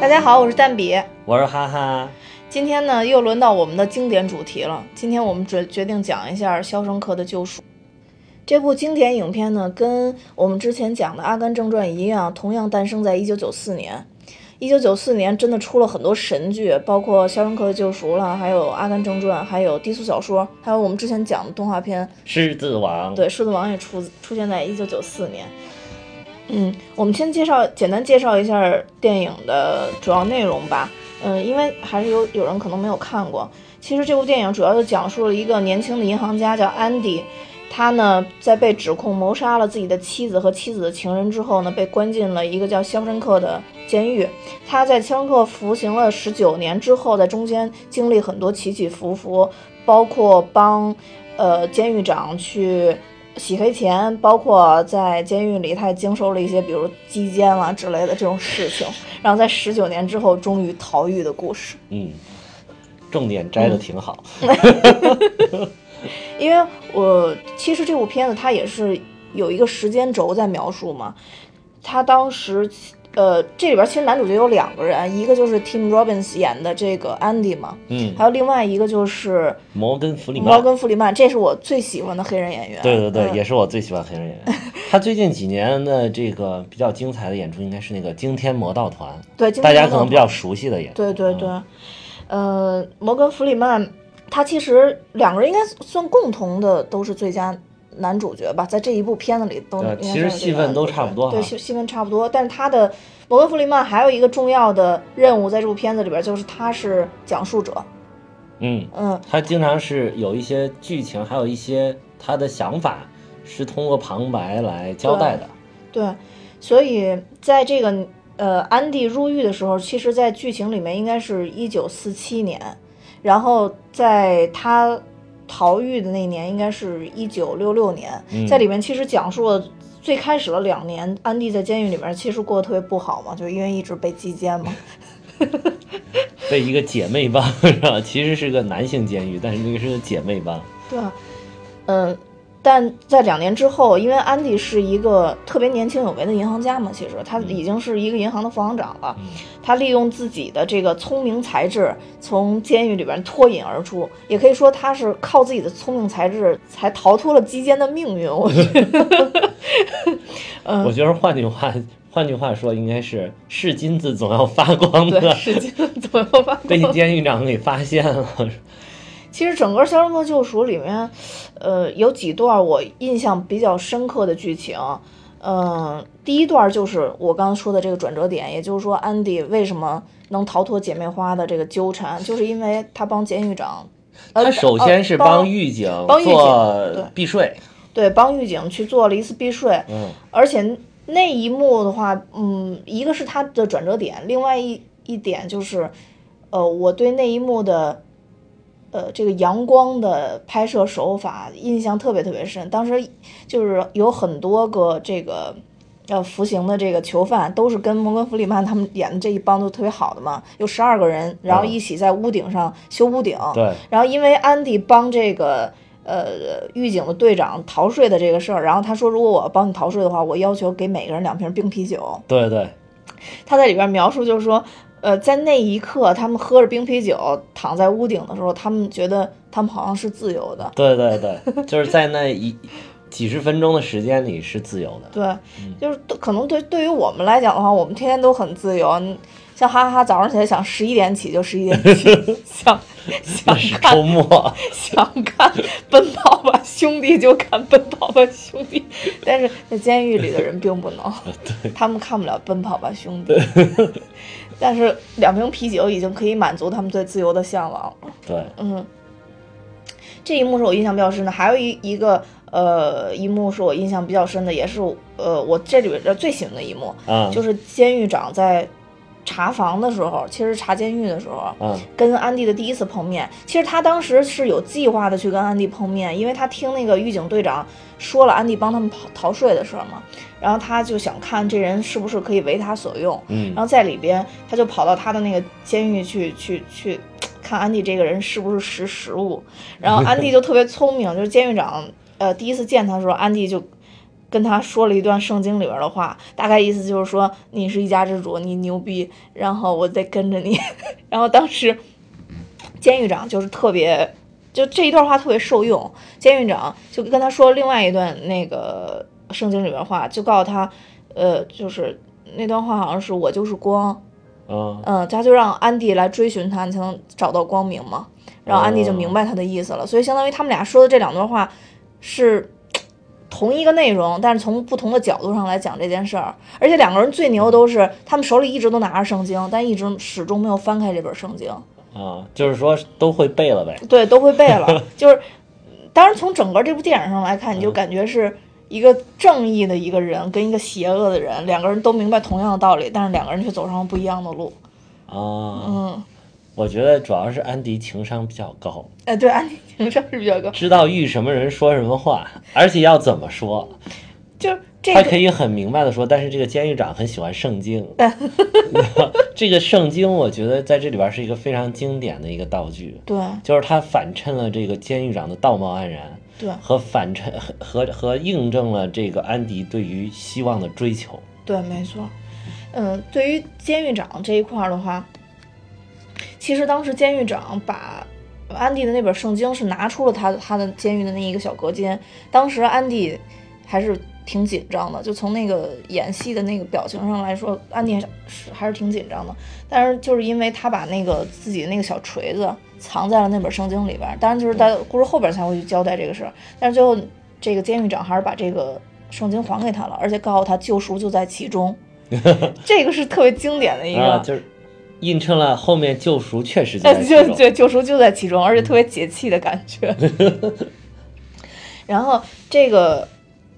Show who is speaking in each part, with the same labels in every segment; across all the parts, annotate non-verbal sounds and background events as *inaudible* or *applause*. Speaker 1: 大家好，我是蛋比。
Speaker 2: 我是哈哈，
Speaker 1: 今天呢，又轮到我们的经典主题了。今天我们决决定讲一下《肖申克的救赎》这部经典影片呢，跟我们之前讲的《阿甘正传》一样，同样诞生在一九九四年。一九九四年真的出了很多神剧，包括《肖申克的救赎》啦，还有《阿甘正传》，还有低俗小说，还有我们之前讲的动画片
Speaker 2: 狮子王。
Speaker 1: 对，《狮子王》也出出现在一九九四年。嗯，我们先介绍简单介绍一下电影的主要内容吧。嗯，因为还是有有人可能没有看过。其实这部电影主要就讲述了一个年轻的银行家叫安迪，他呢在被指控谋杀了自己的妻子和妻子的情人之后呢，被关进了一个叫肖申克的监狱。他在肖申克服刑了十九年之后，在中间经历很多起起伏伏，包括帮呃监狱长去洗黑钱，包括在监狱里他也经受了一些比如鸡奸啦之类的这种事情，然后在十九年之后终于逃狱的故事。
Speaker 2: 嗯，重点摘的挺好。
Speaker 1: 因为我其实这部片子它也是有一个时间轴在描述嘛，他当时。呃，这里边其实男主角有两个人，一个就是 Tim Robbins 演的这个 Andy 嘛，
Speaker 2: 嗯，
Speaker 1: 还有另外一个就是
Speaker 2: 摩根弗里曼。
Speaker 1: 摩根·弗里曼，这是我最喜欢的黑人演员。
Speaker 2: 对对对，
Speaker 1: 嗯
Speaker 2: 也是我最喜欢的黑
Speaker 1: *laughs*
Speaker 2: 人演员。他最近几年的这个比较精彩的演出，应该是那个《惊天魔盗团》，
Speaker 1: 对，今
Speaker 2: 大
Speaker 1: 天
Speaker 2: 家
Speaker 1: 看
Speaker 2: 可
Speaker 1: 到
Speaker 2: 能比较熟悉的演出。
Speaker 1: 对对
Speaker 2: 嗯
Speaker 1: 对，呃，摩根·弗里曼，他其实两个人应该算共同的都是最佳男主角吧，在这一部片子里都
Speaker 2: 对
Speaker 1: 应该
Speaker 2: 其
Speaker 1: 算
Speaker 2: 实
Speaker 1: 是最
Speaker 2: 戏
Speaker 1: 佳
Speaker 2: 份
Speaker 1: 男
Speaker 2: 都
Speaker 1: 主
Speaker 2: 差
Speaker 1: 角
Speaker 2: 不多
Speaker 1: 对
Speaker 2: 哈
Speaker 1: 戏戏份差不多，但是他的摩根·弗里曼还有一个重要的任务在这部片子里边，就是他是讲述者，
Speaker 2: 嗯，
Speaker 1: 嗯，
Speaker 2: 他经常是有一些剧情，还有一些他的想法是通过旁白来交代的。
Speaker 1: 对，所以在这个呃安迪入狱的时候，其实，在剧情里面应该是一九四七年，然后在他逃狱的那年，应该是一九六六年，
Speaker 2: 嗯
Speaker 1: 在里面其实讲述了。最开始的两年，安迪在监狱里面其实过得特别不好嘛，就是因为一直被击奸嘛。
Speaker 2: 被一个姐妹帮，是吧？其实是个男性监狱，但是这个是个姐妹帮。
Speaker 1: 对啊，嗯，但在两年之后，因为安迪是一个特别年轻有为的银行家嘛，其实他已经是一个银行的副行长了。
Speaker 2: 嗯
Speaker 1: 他利用自己的这个聪明才智，从监狱里边脱颖而出，也可以说他是靠自己的聪明才智才逃脱了鸡奸的命运。我觉得，嗯
Speaker 2: 我觉得换句话，换句话说，应该是是金子总要发光
Speaker 1: 对，
Speaker 2: *laughs* 的，
Speaker 1: 使劲怎么发光
Speaker 2: 被监狱长给发现了。
Speaker 1: 其实整个《肖申克救赎》里面，呃，有几段我印象比较深刻的剧情。嗯、第一段就是我刚刚说的这个转折点，也就是说，安迪为什么能逃脱姐妹花的这个纠缠，就是因为他帮监狱长， *laughs* 呃
Speaker 2: 他首先是
Speaker 1: 呃帮
Speaker 2: 帮狱警
Speaker 1: 帮狱警对
Speaker 2: 做避税，
Speaker 1: 对帮狱警去做了一次避税，
Speaker 2: 嗯，
Speaker 1: 而且那一幕的话，嗯，一个是它的转折点，另外一一点就是，呃，我对那一幕的，呃，这个阳光的拍摄手法印象特别特别深。当时就是有很多个这个。呃，服刑的这个囚犯都是跟摩根·弗里曼他们演的这一帮都特别好的嘛，有十二个人，然后
Speaker 2: 嗯
Speaker 1: 一起在屋顶上修屋顶，
Speaker 2: 对，
Speaker 1: 然后因为安迪帮这个呃狱警的队长逃税的这个事儿，然后他说如果我要帮你逃税的话，我要求给每个人两瓶冰啤酒。
Speaker 2: 对对，
Speaker 1: 他在里边描述就是说，呃，在那一刻他们喝着冰啤酒躺在屋顶的时候，他们觉得他们好像是自由的。
Speaker 2: 对对对，就是在那一几十分钟的时间里是自由的。
Speaker 1: 对，就是都可能对对于我们来讲的话，我们天天都很自由。你像哈哈，早上起来想十一点起就十一点 *laughs* 起，想想 *laughs*
Speaker 2: 那是
Speaker 1: 看
Speaker 2: 周末，
Speaker 1: 想看《奔跑吧兄弟》就看《奔跑吧兄弟》，但是在监狱里的人并不能，他们看不了《奔跑吧兄弟》，但是两瓶啤酒已经可以满足他们对自由的向往了。
Speaker 2: 对，
Speaker 1: 嗯，这一幕是我印象比较深的，还有一一个呃一幕是我印象比较深的，也是呃我这里边儿最喜欢的一幕，
Speaker 2: 啊，
Speaker 1: 就是监狱长在查房的时候，其实查监狱的时候，
Speaker 2: 啊，
Speaker 1: 跟安迪的第一次碰面，其实他当时是有计划的去跟安迪碰面，因为他听那个狱警队长说了安迪帮他们逃逃税的事儿嘛，然后他就想看这人是不是可以为他所用，
Speaker 2: 嗯
Speaker 1: 然后在里边他就跑到他的那个监狱去去去看安迪这个人是不是识时 *laughs* 务，然后安迪就特别聪明，就是监狱长呃第一次见他的时候，安迪就跟他说了一段圣经里边的话，大概意思就是说你是一家之主，你牛逼，然后我得跟着你。 *laughs* 然后当时监狱长就是特别，就这一段话特别受用。监狱长就跟他说另外一段那个圣经里边话，就告诉他，呃，就是那段话好像是我就是光，
Speaker 2: 啊，
Speaker 1: 嗯，他就让安迪来追寻他，你才能找到光明嘛。然后安迪就明白他的意思了，所以相当于他们俩说的这两段话是同一个内容，但是从不同的角度上来讲这件事儿。而且两个人最牛都是他们手里一直都拿着圣经，但一直始终没有翻开这本圣经。
Speaker 2: 啊，就是说都会背了呗。
Speaker 1: 对，都会背
Speaker 2: *laughs*
Speaker 1: 了。就是，当然从整个这部电影上来看，你
Speaker 2: 嗯
Speaker 1: 就感觉是一个正义的一个人跟一个邪恶的人，两个人都明白同样的道理，但是两个人却走上了不一样的路。
Speaker 2: 啊，
Speaker 1: 嗯，
Speaker 2: 我觉得主要是安迪情商比较高，
Speaker 1: 哎，对，安迪情商是比较高，
Speaker 2: 知道遇什么人说什么话，而且要怎么说。
Speaker 1: 就是这
Speaker 2: 他
Speaker 1: 个
Speaker 2: 可以很明白的说，但是这个监狱长很喜欢
Speaker 1: *laughs*
Speaker 2: 圣经，这个圣经我觉得在这里边是一个非常经典的一个道具，
Speaker 1: 对
Speaker 2: 就是它反衬了这个监狱长的道貌岸然，
Speaker 1: 对
Speaker 2: 和反衬和和和印证了这个安迪对于希望的追求。
Speaker 1: 对，没错。嗯，对于监狱长这一块儿的话，其实当时监狱长把安迪的那本圣经是拿出了他他的监狱的那一个小隔间，当时安迪还是挺紧张的，就从那个演戏的那个表情上来说，安迪还是还是挺紧张的。但是就是因为他把那个自己的那个小锤子藏在了那本圣经里边儿，当然就是在故事后边儿才会去交代这个事儿。但是最后这个监狱长还是把这个圣经还给他了，而且告诉他救赎就在其中。 *laughs* 这个是特别经典的一个，
Speaker 2: 啊，就是印证了后面救赎
Speaker 1: *laughs*
Speaker 2: 确实就在
Speaker 1: 哎，
Speaker 2: 其
Speaker 1: 就
Speaker 2: 中。
Speaker 1: 就救赎就在其中，而且特别解气的感
Speaker 2: *laughs*
Speaker 1: 觉。然后这个，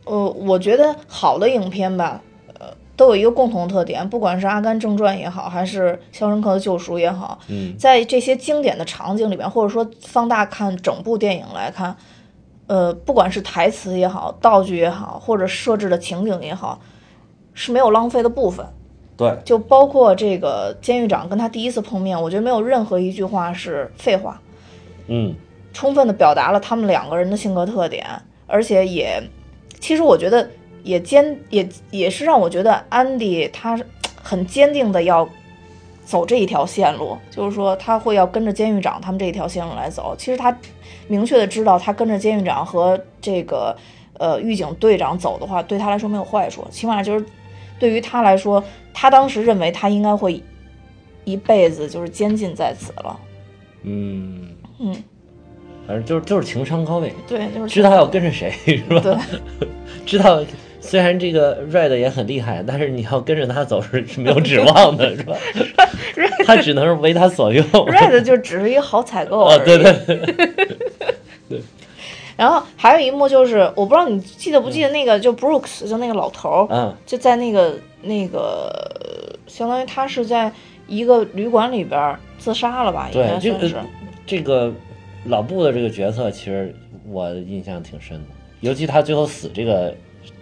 Speaker 1: 呃，我觉得好的影片吧，呃，都有一个共同特点，不管是《阿甘正传》也好，还是《肖申克的救赎》也好，
Speaker 2: 嗯，
Speaker 1: 在这些经典的场景里面，或者说放大看整部电影来看，呃，不管是台词也好，道具也好，或者设置的情景也好，是没有浪费的部分。
Speaker 2: 对，
Speaker 1: 就包括这个监狱长跟他第一次碰面，我觉得没有任何一句话是废话，
Speaker 2: 嗯，
Speaker 1: 充分的表达了他们两个人的性格特点，而且也，其实我觉得也坚也也是让我觉得安迪他是很坚定的要走这一条线路，就是说他会要跟着监狱长他们这一条线路来走。其实他明确的知道，他跟着监狱长和这个呃狱警队长走的话，对他来说没有坏处，起码就是对于他来说，他当时认为他应该会一辈子就是监禁在此了。
Speaker 2: 嗯，
Speaker 1: 嗯，
Speaker 2: 反正就是就是情商高呗，
Speaker 1: 对，就是
Speaker 2: 知道要跟着谁是吧？
Speaker 1: 对。
Speaker 2: 知道，虽然这个 Red 也很厉害，但是你要跟着他走是是没有指望
Speaker 1: *laughs*
Speaker 2: 的，是吧？他只能是为他所用。 *laughs*
Speaker 1: Red 就只是一个好采购而
Speaker 2: 啊，
Speaker 1: 已。
Speaker 2: 对对，
Speaker 1: 然后还有一幕就是，我不知道你记得不记得那个，就 Brooks 就那个老头儿，
Speaker 2: 嗯
Speaker 1: 就在那个那个，相当于他是在一个旅馆里边儿自杀了吧？应
Speaker 2: 对，呃
Speaker 1: 该
Speaker 2: 这
Speaker 1: 算是
Speaker 2: 个。这个老布的这个角色，其实我印象挺深的，尤其他最后死这个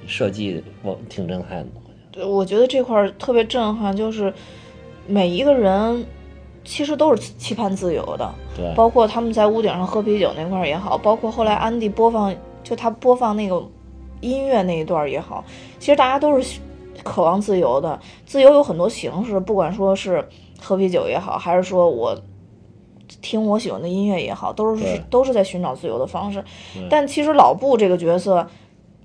Speaker 2: 设计，我挺震撼的。
Speaker 1: 对，我觉得这块儿特别震撼，就是每一个人其实都是期盼自由的，
Speaker 2: 对，
Speaker 1: 包括他们在屋顶上喝啤酒那块儿也好，包括后来安迪播放，就他播放那个音乐那一段儿也好，其实大家都是渴望自由的。自由有很多形式，不管说是喝啤酒也好，还是说我听我喜欢的音乐也好，都是
Speaker 2: 对
Speaker 1: 都是在寻找自由的方式
Speaker 2: 对。
Speaker 1: 但其实老布这个角色，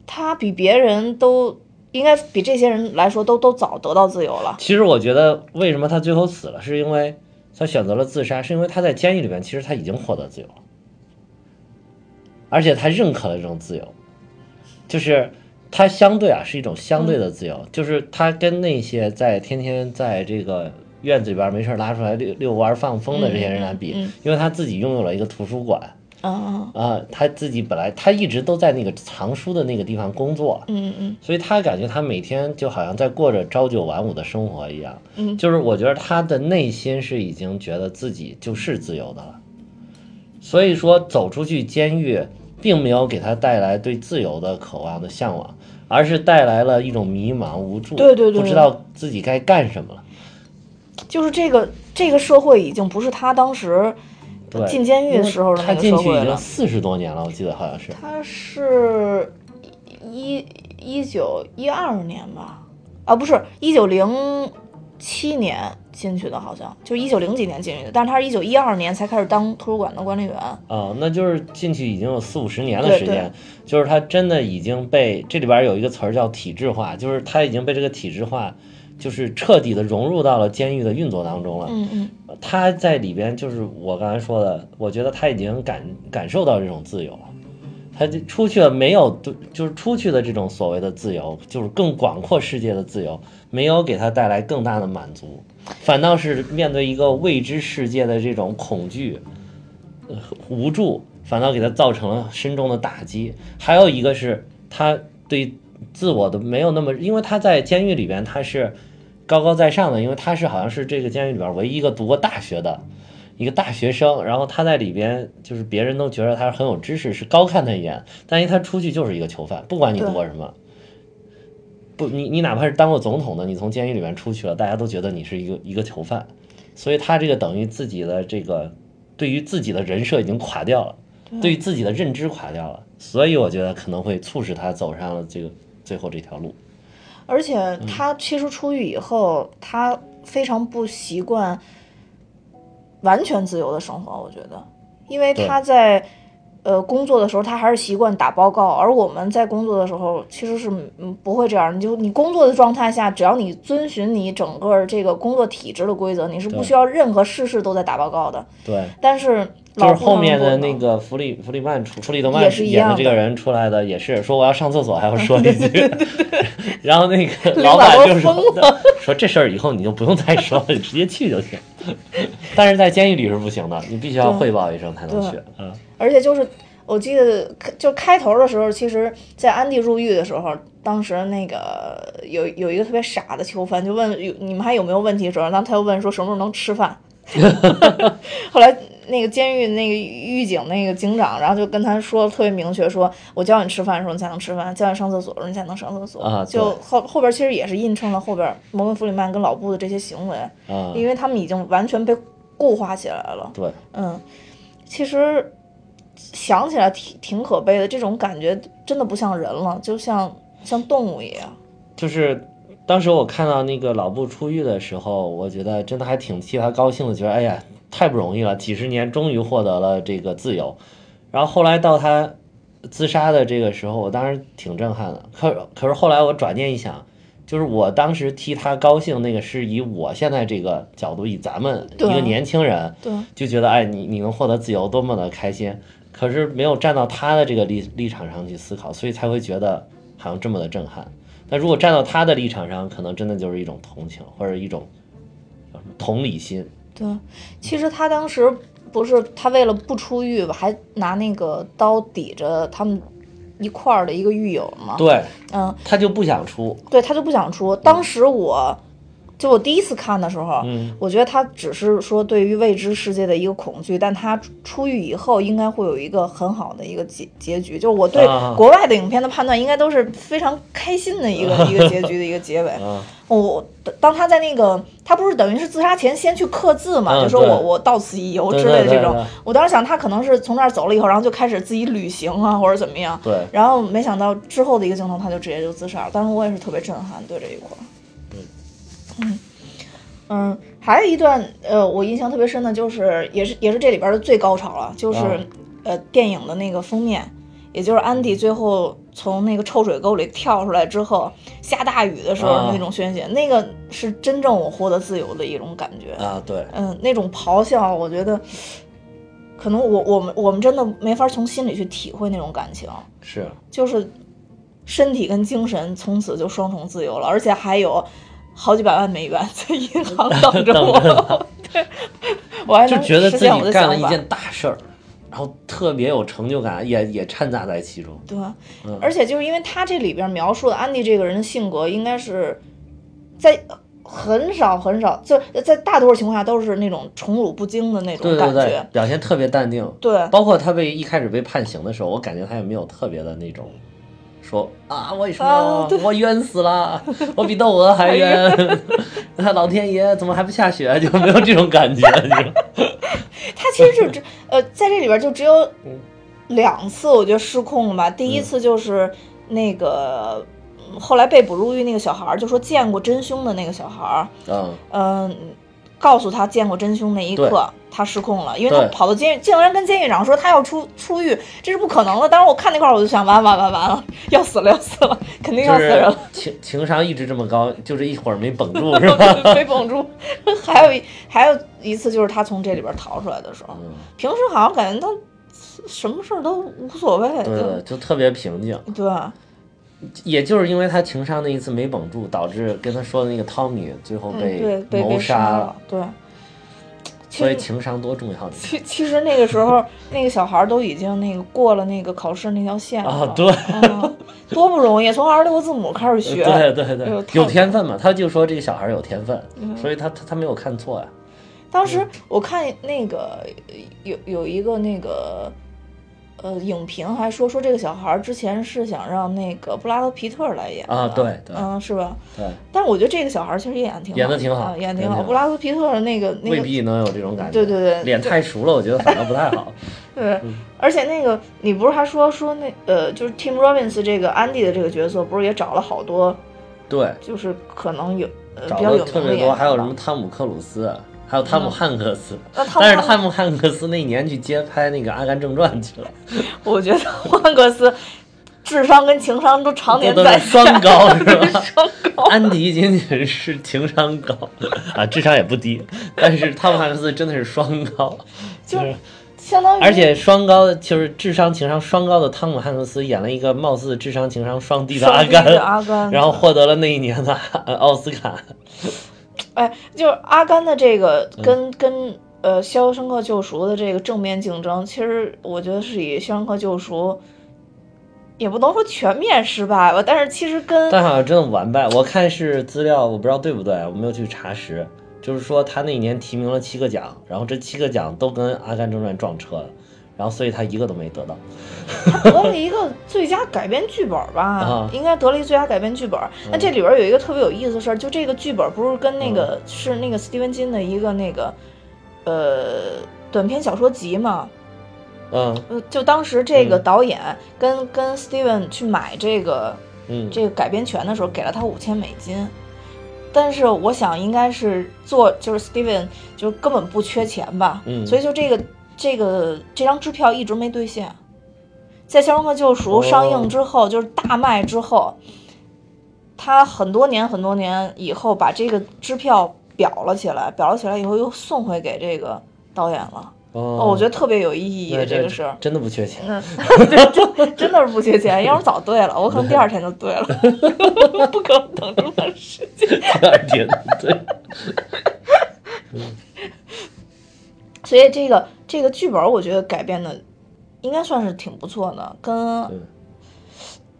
Speaker 1: 他比别人都应该比这些人来说都都早得到自由了。
Speaker 2: 其实我觉得，为什么他最后死了，是因为他选择了自杀，是因为他在监狱里面，其实他已经获得自由了，而且他认可了这种自由，就是他相对啊是一种相对的
Speaker 1: 嗯
Speaker 2: 自由，就是他跟那些在天天在这个院子里边没事儿拉出来遛遛弯儿放风的这些人来比，
Speaker 1: 嗯嗯嗯
Speaker 2: 因为他自己拥有了一个图书馆
Speaker 1: 嗯
Speaker 2: 啊、他自己本来他一直都在那个藏书的那个地方工作，
Speaker 1: 嗯嗯
Speaker 2: 所以他感觉他每天就好像在过着朝九晚五的生活一样，
Speaker 1: 嗯
Speaker 2: 就是我觉得他的内心是已经觉得自己就是自由的了，所以说走出去监狱，并没有给他带来对自由的渴望的向往，而是带来了一种迷茫无助，
Speaker 1: 对对对
Speaker 2: 不知道自己该干什么了。
Speaker 1: 嗯，就是这个这个社会已经不是他当时。
Speaker 2: 对，
Speaker 1: 进监狱的时候的那
Speaker 2: 因为他
Speaker 1: 个
Speaker 2: 进
Speaker 1: 社
Speaker 2: 去
Speaker 1: 会
Speaker 2: 已经
Speaker 1: 了。
Speaker 2: 四十多年了，我记得好像是。
Speaker 1: 他是一一九一二年吧，啊，不是一九零七年进去的，好像就一九零几年进去的，但是他是一九一二年才开始当图书馆的管理员。
Speaker 2: 啊，那就是进去已经有四五十年的
Speaker 1: 对
Speaker 2: 时
Speaker 1: 对
Speaker 2: 间，就是它真的已经被这里边有一个词儿叫体制化，就是它已经被这个体制化，就是彻底的融入到了监狱的运作当中了。
Speaker 1: 嗯嗯
Speaker 2: 他在里边就是我刚才说的，我觉得他已经感感受到这种自由了。他就出去了没有，就就是出去的这种所谓的自由，就是更广阔世界的自由，没有给他带来更大的满足，反倒是面对一个未知世界的这种恐惧、呃无助，反倒给他造成了深重的打击。还有一个是他对自我的没有那么，因为他在监狱里边他是高高在上的，因为他是好像是这个监狱里边唯一一个读过大学的一个大学生，然后他在里边就是别人都觉得他很有知识，是高看他一眼，但是他出去就是一个囚犯，不管你读过什么。不，你你哪怕是当过总统的，你从监狱里面出去了，大家都觉得你是一个一个囚犯，所以他这个等于自己的这个对于自己的人设已经垮掉了，对于自己的认知垮掉了，所以我觉得可能会促使他走上了这个最后这条路。
Speaker 1: 而且
Speaker 2: 嗯
Speaker 1: 他其实出狱以后，他非常不习惯完全自由的生活，我觉得，因为
Speaker 2: 对
Speaker 1: 他在呃工作的时候，他还是习惯打报告，而我们在工作的时候其实是嗯不会这样，你就你工作的状态下，只要你遵循你整个这个工作体制的规则，你是不
Speaker 2: 对
Speaker 1: 需要任何事事都在打报告的。
Speaker 2: 对，
Speaker 1: 但是
Speaker 2: 就
Speaker 1: 老
Speaker 2: 是
Speaker 1: 布
Speaker 2: 后
Speaker 1: 他们
Speaker 2: 面
Speaker 1: 不
Speaker 2: 的
Speaker 1: 能
Speaker 2: 那个弗里弗里曼出弗里德曼
Speaker 1: 也是一
Speaker 2: 演的
Speaker 1: 样
Speaker 2: 这个
Speaker 1: 的
Speaker 2: 人出来的也是说我要上厕所还要说一
Speaker 1: *laughs*
Speaker 2: 句， *laughs* 然后那个
Speaker 1: 领
Speaker 2: 老
Speaker 1: 导
Speaker 2: 板
Speaker 1: 都
Speaker 2: 就说
Speaker 1: 疯
Speaker 2: *laughs* 说这事儿以后你就不用再说了，你直接去就行。 *laughs* 但是在监狱里是不行的，你必须要
Speaker 1: 对
Speaker 2: 汇报一声才能
Speaker 1: 对
Speaker 2: 去。嗯，
Speaker 1: 而且就是我记得开就开头的时候，其实，在安迪入狱的时候，当时那个有有一个特别傻的囚犯就问有你们还有没有问题的时候，然后他又问说什么时候能吃
Speaker 2: *laughs*
Speaker 1: 饭。后来那个监狱那个狱警那个警长，然后就跟他说特别明确说，我教你吃饭的时候你才能吃饭，教你上厕所的时候你才能上厕所。
Speaker 2: 啊对
Speaker 1: 就后后边其实也是印证了后边摩根弗里曼跟老布的这些行为，
Speaker 2: 啊、
Speaker 1: 因为他们已经完全被固化起来了。
Speaker 2: 对，
Speaker 1: 嗯，其实想起来挺挺可悲的，这种感觉真的不像人了，就像像动物一样。
Speaker 2: 就是当时我看到那个老布出狱的时候，我觉得真的还挺替他高兴的，觉得哎呀太不容易了，几十年终于获得了这个自由。然后后来到他自杀的这个时候，我当时挺震撼的。可可是后来我转念一想，就是我当时替他高兴，那个是以我现在这个角度，以咱们一
Speaker 1: 对
Speaker 2: 个年轻人
Speaker 1: 对，
Speaker 2: 就觉得哎，你你能获得自由多么的开心。可是没有站到他的这个立立场上去思考，所以才会觉得好像这么的震撼。那如果站到他的立场上，可能真的就是一种同情或者一种叫什么同理心。
Speaker 1: 对，其实他当时不是他为了不出狱吧，还拿那个刀抵着他们一块儿的一个狱友嘛。
Speaker 2: 对，
Speaker 1: 嗯，
Speaker 2: 他就不想出，
Speaker 1: 对，他就不想出。当时我。就我第一次看的时候，
Speaker 2: 嗯
Speaker 1: 我觉得他只是说对于未知世界的一个恐惧，但他出出狱以后应该会有一个很好的一个结结局。就是我对
Speaker 2: 啊
Speaker 1: 国外的影片的判断，应该都是非常开心的一个、一个结局的一个结尾。
Speaker 2: *laughs* 啊，
Speaker 1: 我当他在那个，他不是等于是自杀前先去刻字嘛，
Speaker 2: 嗯
Speaker 1: 就说我
Speaker 2: 对
Speaker 1: 我到此一游
Speaker 2: 对
Speaker 1: 之类的
Speaker 2: 对
Speaker 1: 这种。
Speaker 2: 对对
Speaker 1: 我当时想他可能是从那儿走了以后，然后就开始自己旅行啊或者怎么样。
Speaker 2: 对，
Speaker 1: 然后没想到之后的一个镜头，他就直接就自杀了。当时我也是特别震撼，对这一块儿。嗯嗯，还有一段呃，我印象特别深的就是，也是也是这里边的最高潮了，就是、
Speaker 2: 啊
Speaker 1: 呃电影的那个封面，也就是安迪最后从那个臭水沟里跳出来之后，下大雨的时候
Speaker 2: 啊
Speaker 1: 那种宣泄，那个是真正我获得自由的一种感觉。
Speaker 2: 啊，对，
Speaker 1: 嗯，那种咆哮，我觉得。可能我我们我们真的没法从心里去体会那种感情，
Speaker 2: 是，
Speaker 1: 就是身体跟精神从此就双重自由了，而且还有好几百万美元在银
Speaker 2: *laughs*
Speaker 1: 行等着我。 *laughs* 对，我还
Speaker 2: 就
Speaker 1: 能
Speaker 2: 觉得
Speaker 1: 实
Speaker 2: 自
Speaker 1: 现我
Speaker 2: 己
Speaker 1: 的
Speaker 2: 干
Speaker 1: 想
Speaker 2: 了一
Speaker 1: 法。
Speaker 2: 件大事儿，然后特别有成就感，也也掺杂在其中。
Speaker 1: 对，
Speaker 2: 嗯
Speaker 1: 而且就是因为他这里边描述的安迪这个人的性格，应该是在很少很少，就在大多数情况下都是那种宠辱不惊的那种
Speaker 2: 对
Speaker 1: 感
Speaker 2: 对
Speaker 1: 觉。
Speaker 2: 对，表现特别淡定。
Speaker 1: 对
Speaker 2: 包括他被一开始被判刑的时候，我感觉他也没有特别的那种，说啊，为什么、
Speaker 1: 啊哎对
Speaker 2: 我冤死了，
Speaker 1: *laughs*
Speaker 2: 我比窦娥还冤，那老天爷怎么还不下雪？就没有这种感觉，就
Speaker 1: 他其
Speaker 2: *laughs*
Speaker 1: 实就只呃，在这里边就只有
Speaker 2: 嗯
Speaker 1: 两次，我觉得失控了吧。第一次就是那个嗯后来被捕入狱那个小孩儿，就说见过真凶的那个小孩儿， *laughs*
Speaker 2: 啊，
Speaker 1: 嗯、告诉他见过真凶那一
Speaker 2: 对
Speaker 1: 刻，他失控了，因为他
Speaker 2: 对
Speaker 1: 跑到监狱，竟然跟监狱长说他要出出狱，这是不可能的。当时我看那块儿，我就想完完完完了，要死了要死了，肯定
Speaker 2: 就
Speaker 1: 要死人
Speaker 2: 是
Speaker 1: 了。
Speaker 2: 情情商一直这么高，就是一会儿没绷
Speaker 1: *laughs*
Speaker 2: 住是吧？
Speaker 1: 被绑住。 *laughs* 还有一还有一次就是他从这里边逃出来的时候，
Speaker 2: 嗯，
Speaker 1: 平时好像感觉他什么事儿都无所谓，
Speaker 2: 对对，就特别平静。
Speaker 1: 就对
Speaker 2: 也就是因为他情商那一次没绷住，导致跟他说的那个汤米最后
Speaker 1: 嗯对被
Speaker 2: 谋
Speaker 1: 被
Speaker 2: 杀
Speaker 1: 了，，对。其
Speaker 2: 所以
Speaker 1: 实
Speaker 2: 情商多重要你
Speaker 1: 其其实那个时候，那个小孩儿都已经那个过了那个考试那条线了，
Speaker 2: 啊！对
Speaker 1: 嗯多不容易，从二十六个字母开始学，
Speaker 2: *laughs* 对对
Speaker 1: 哎呦
Speaker 2: 对，
Speaker 1: 太
Speaker 2: 有天分嘛，他就说这个小孩有天分，
Speaker 1: 嗯
Speaker 2: 所以他他他没有看错呀。
Speaker 1: 当
Speaker 2: 嗯
Speaker 1: 时我看那个有有一个那个呃影评还说说这个小孩儿之前是想让那个布拉德皮特来演的
Speaker 2: 啊对对
Speaker 1: 嗯是吧？
Speaker 2: 对，
Speaker 1: 但是我觉得这个小孩儿其实演得挺好
Speaker 2: 演得挺好
Speaker 1: 啊演得
Speaker 2: 演得
Speaker 1: 挺
Speaker 2: 挺
Speaker 1: 好。
Speaker 2: 好
Speaker 1: 布拉德皮特那个那
Speaker 2: 未
Speaker 1: 个
Speaker 2: 必能有这种感觉。
Speaker 1: 对对对
Speaker 2: 脸太熟了，我觉得反倒不太好。
Speaker 1: *laughs* 对，
Speaker 2: 嗯
Speaker 1: 而且那个你不是还说说那呃就是 Tim Robbins 这个安迪的这个角色，不是也找了好多
Speaker 2: 对，
Speaker 1: 就是可能有呃
Speaker 2: 找
Speaker 1: 比较
Speaker 2: 了
Speaker 1: 有名
Speaker 2: 特
Speaker 1: 的演
Speaker 2: 别
Speaker 1: 员
Speaker 2: 多，
Speaker 1: 吧
Speaker 2: 还有什么？汤姆克鲁斯，还有汤姆汉克斯。
Speaker 1: 那汤姆
Speaker 2: 但是
Speaker 1: 汉克
Speaker 2: 汤姆汉克斯那一年去接拍那个《阿甘正
Speaker 1: *laughs*
Speaker 2: 传》去了，
Speaker 1: 我觉得换格斯智商跟情商都常年
Speaker 2: 都
Speaker 1: 在
Speaker 2: 是双高是吧？
Speaker 1: *laughs* 双高。
Speaker 2: 安迪仅仅是情商高 *laughs* 啊，智商也不低，但是汤姆汉克斯真的是双高，就是
Speaker 1: 相当于，
Speaker 2: 而且双高的就是智商情商双高的汤姆汉克斯演了一个貌似智商情商双低的阿
Speaker 1: 双低的
Speaker 2: 甘，
Speaker 1: 阿甘，
Speaker 2: 然后获得了那一年的 *laughs* 呃奥斯卡。
Speaker 1: 哎，就是阿甘的这个
Speaker 2: 嗯
Speaker 1: 跟、跟呃《肖申克救赎》的这个正面竞争，其实我觉得是以《肖申克救赎》也不能说全面失败吧，但是其实跟
Speaker 2: 但好像真的完败。我看是资料，我不知道对不对，我没有去查实。就是说他那一年提名了七个奖，然后这七个奖都跟《阿甘正传》撞车了，然后所以他一个都没得到。
Speaker 1: *laughs* 得了一个最佳改编剧本吧，
Speaker 2: 啊嗯
Speaker 1: 应该得了一个最佳改编剧本。那、这里边有一个特别有意思的事儿，就这个剧本不是跟那
Speaker 2: 嗯
Speaker 1: 个、是那个斯蒂文金的一个那个呃短篇小说集嘛？
Speaker 2: 嗯
Speaker 1: 呃，就当时这个
Speaker 2: 嗯
Speaker 1: 导演跟、跟 Steven 去买这个
Speaker 2: 嗯，
Speaker 1: 这个改编权的时候，给了他五千美金。但是我想应该是做就是 Steven 就根本不缺钱吧，
Speaker 2: 嗯
Speaker 1: 所以就这个这个这张支票一直没兑现。在《肖申克救赎》
Speaker 2: 哦
Speaker 1: 上映之后，就是大卖之后，他很多年很多年以后把这个支票裱了起来，裱了起来以后又送回给这个导演了。哦，
Speaker 2: 哦
Speaker 1: 我觉得特别有意义
Speaker 2: 那
Speaker 1: 这个事儿。
Speaker 2: 真的不缺钱。 *laughs*
Speaker 1: 嗯， *laughs* 对，真真的是不缺钱，要不早对了，我可能第二天就对了， *laughs* 不可能等这么长时间。
Speaker 2: 第二
Speaker 1: *laughs*
Speaker 2: 天，对，
Speaker 1: 所以这个这个剧本，我觉得改编的应该算是挺不错的，跟《
Speaker 2: 对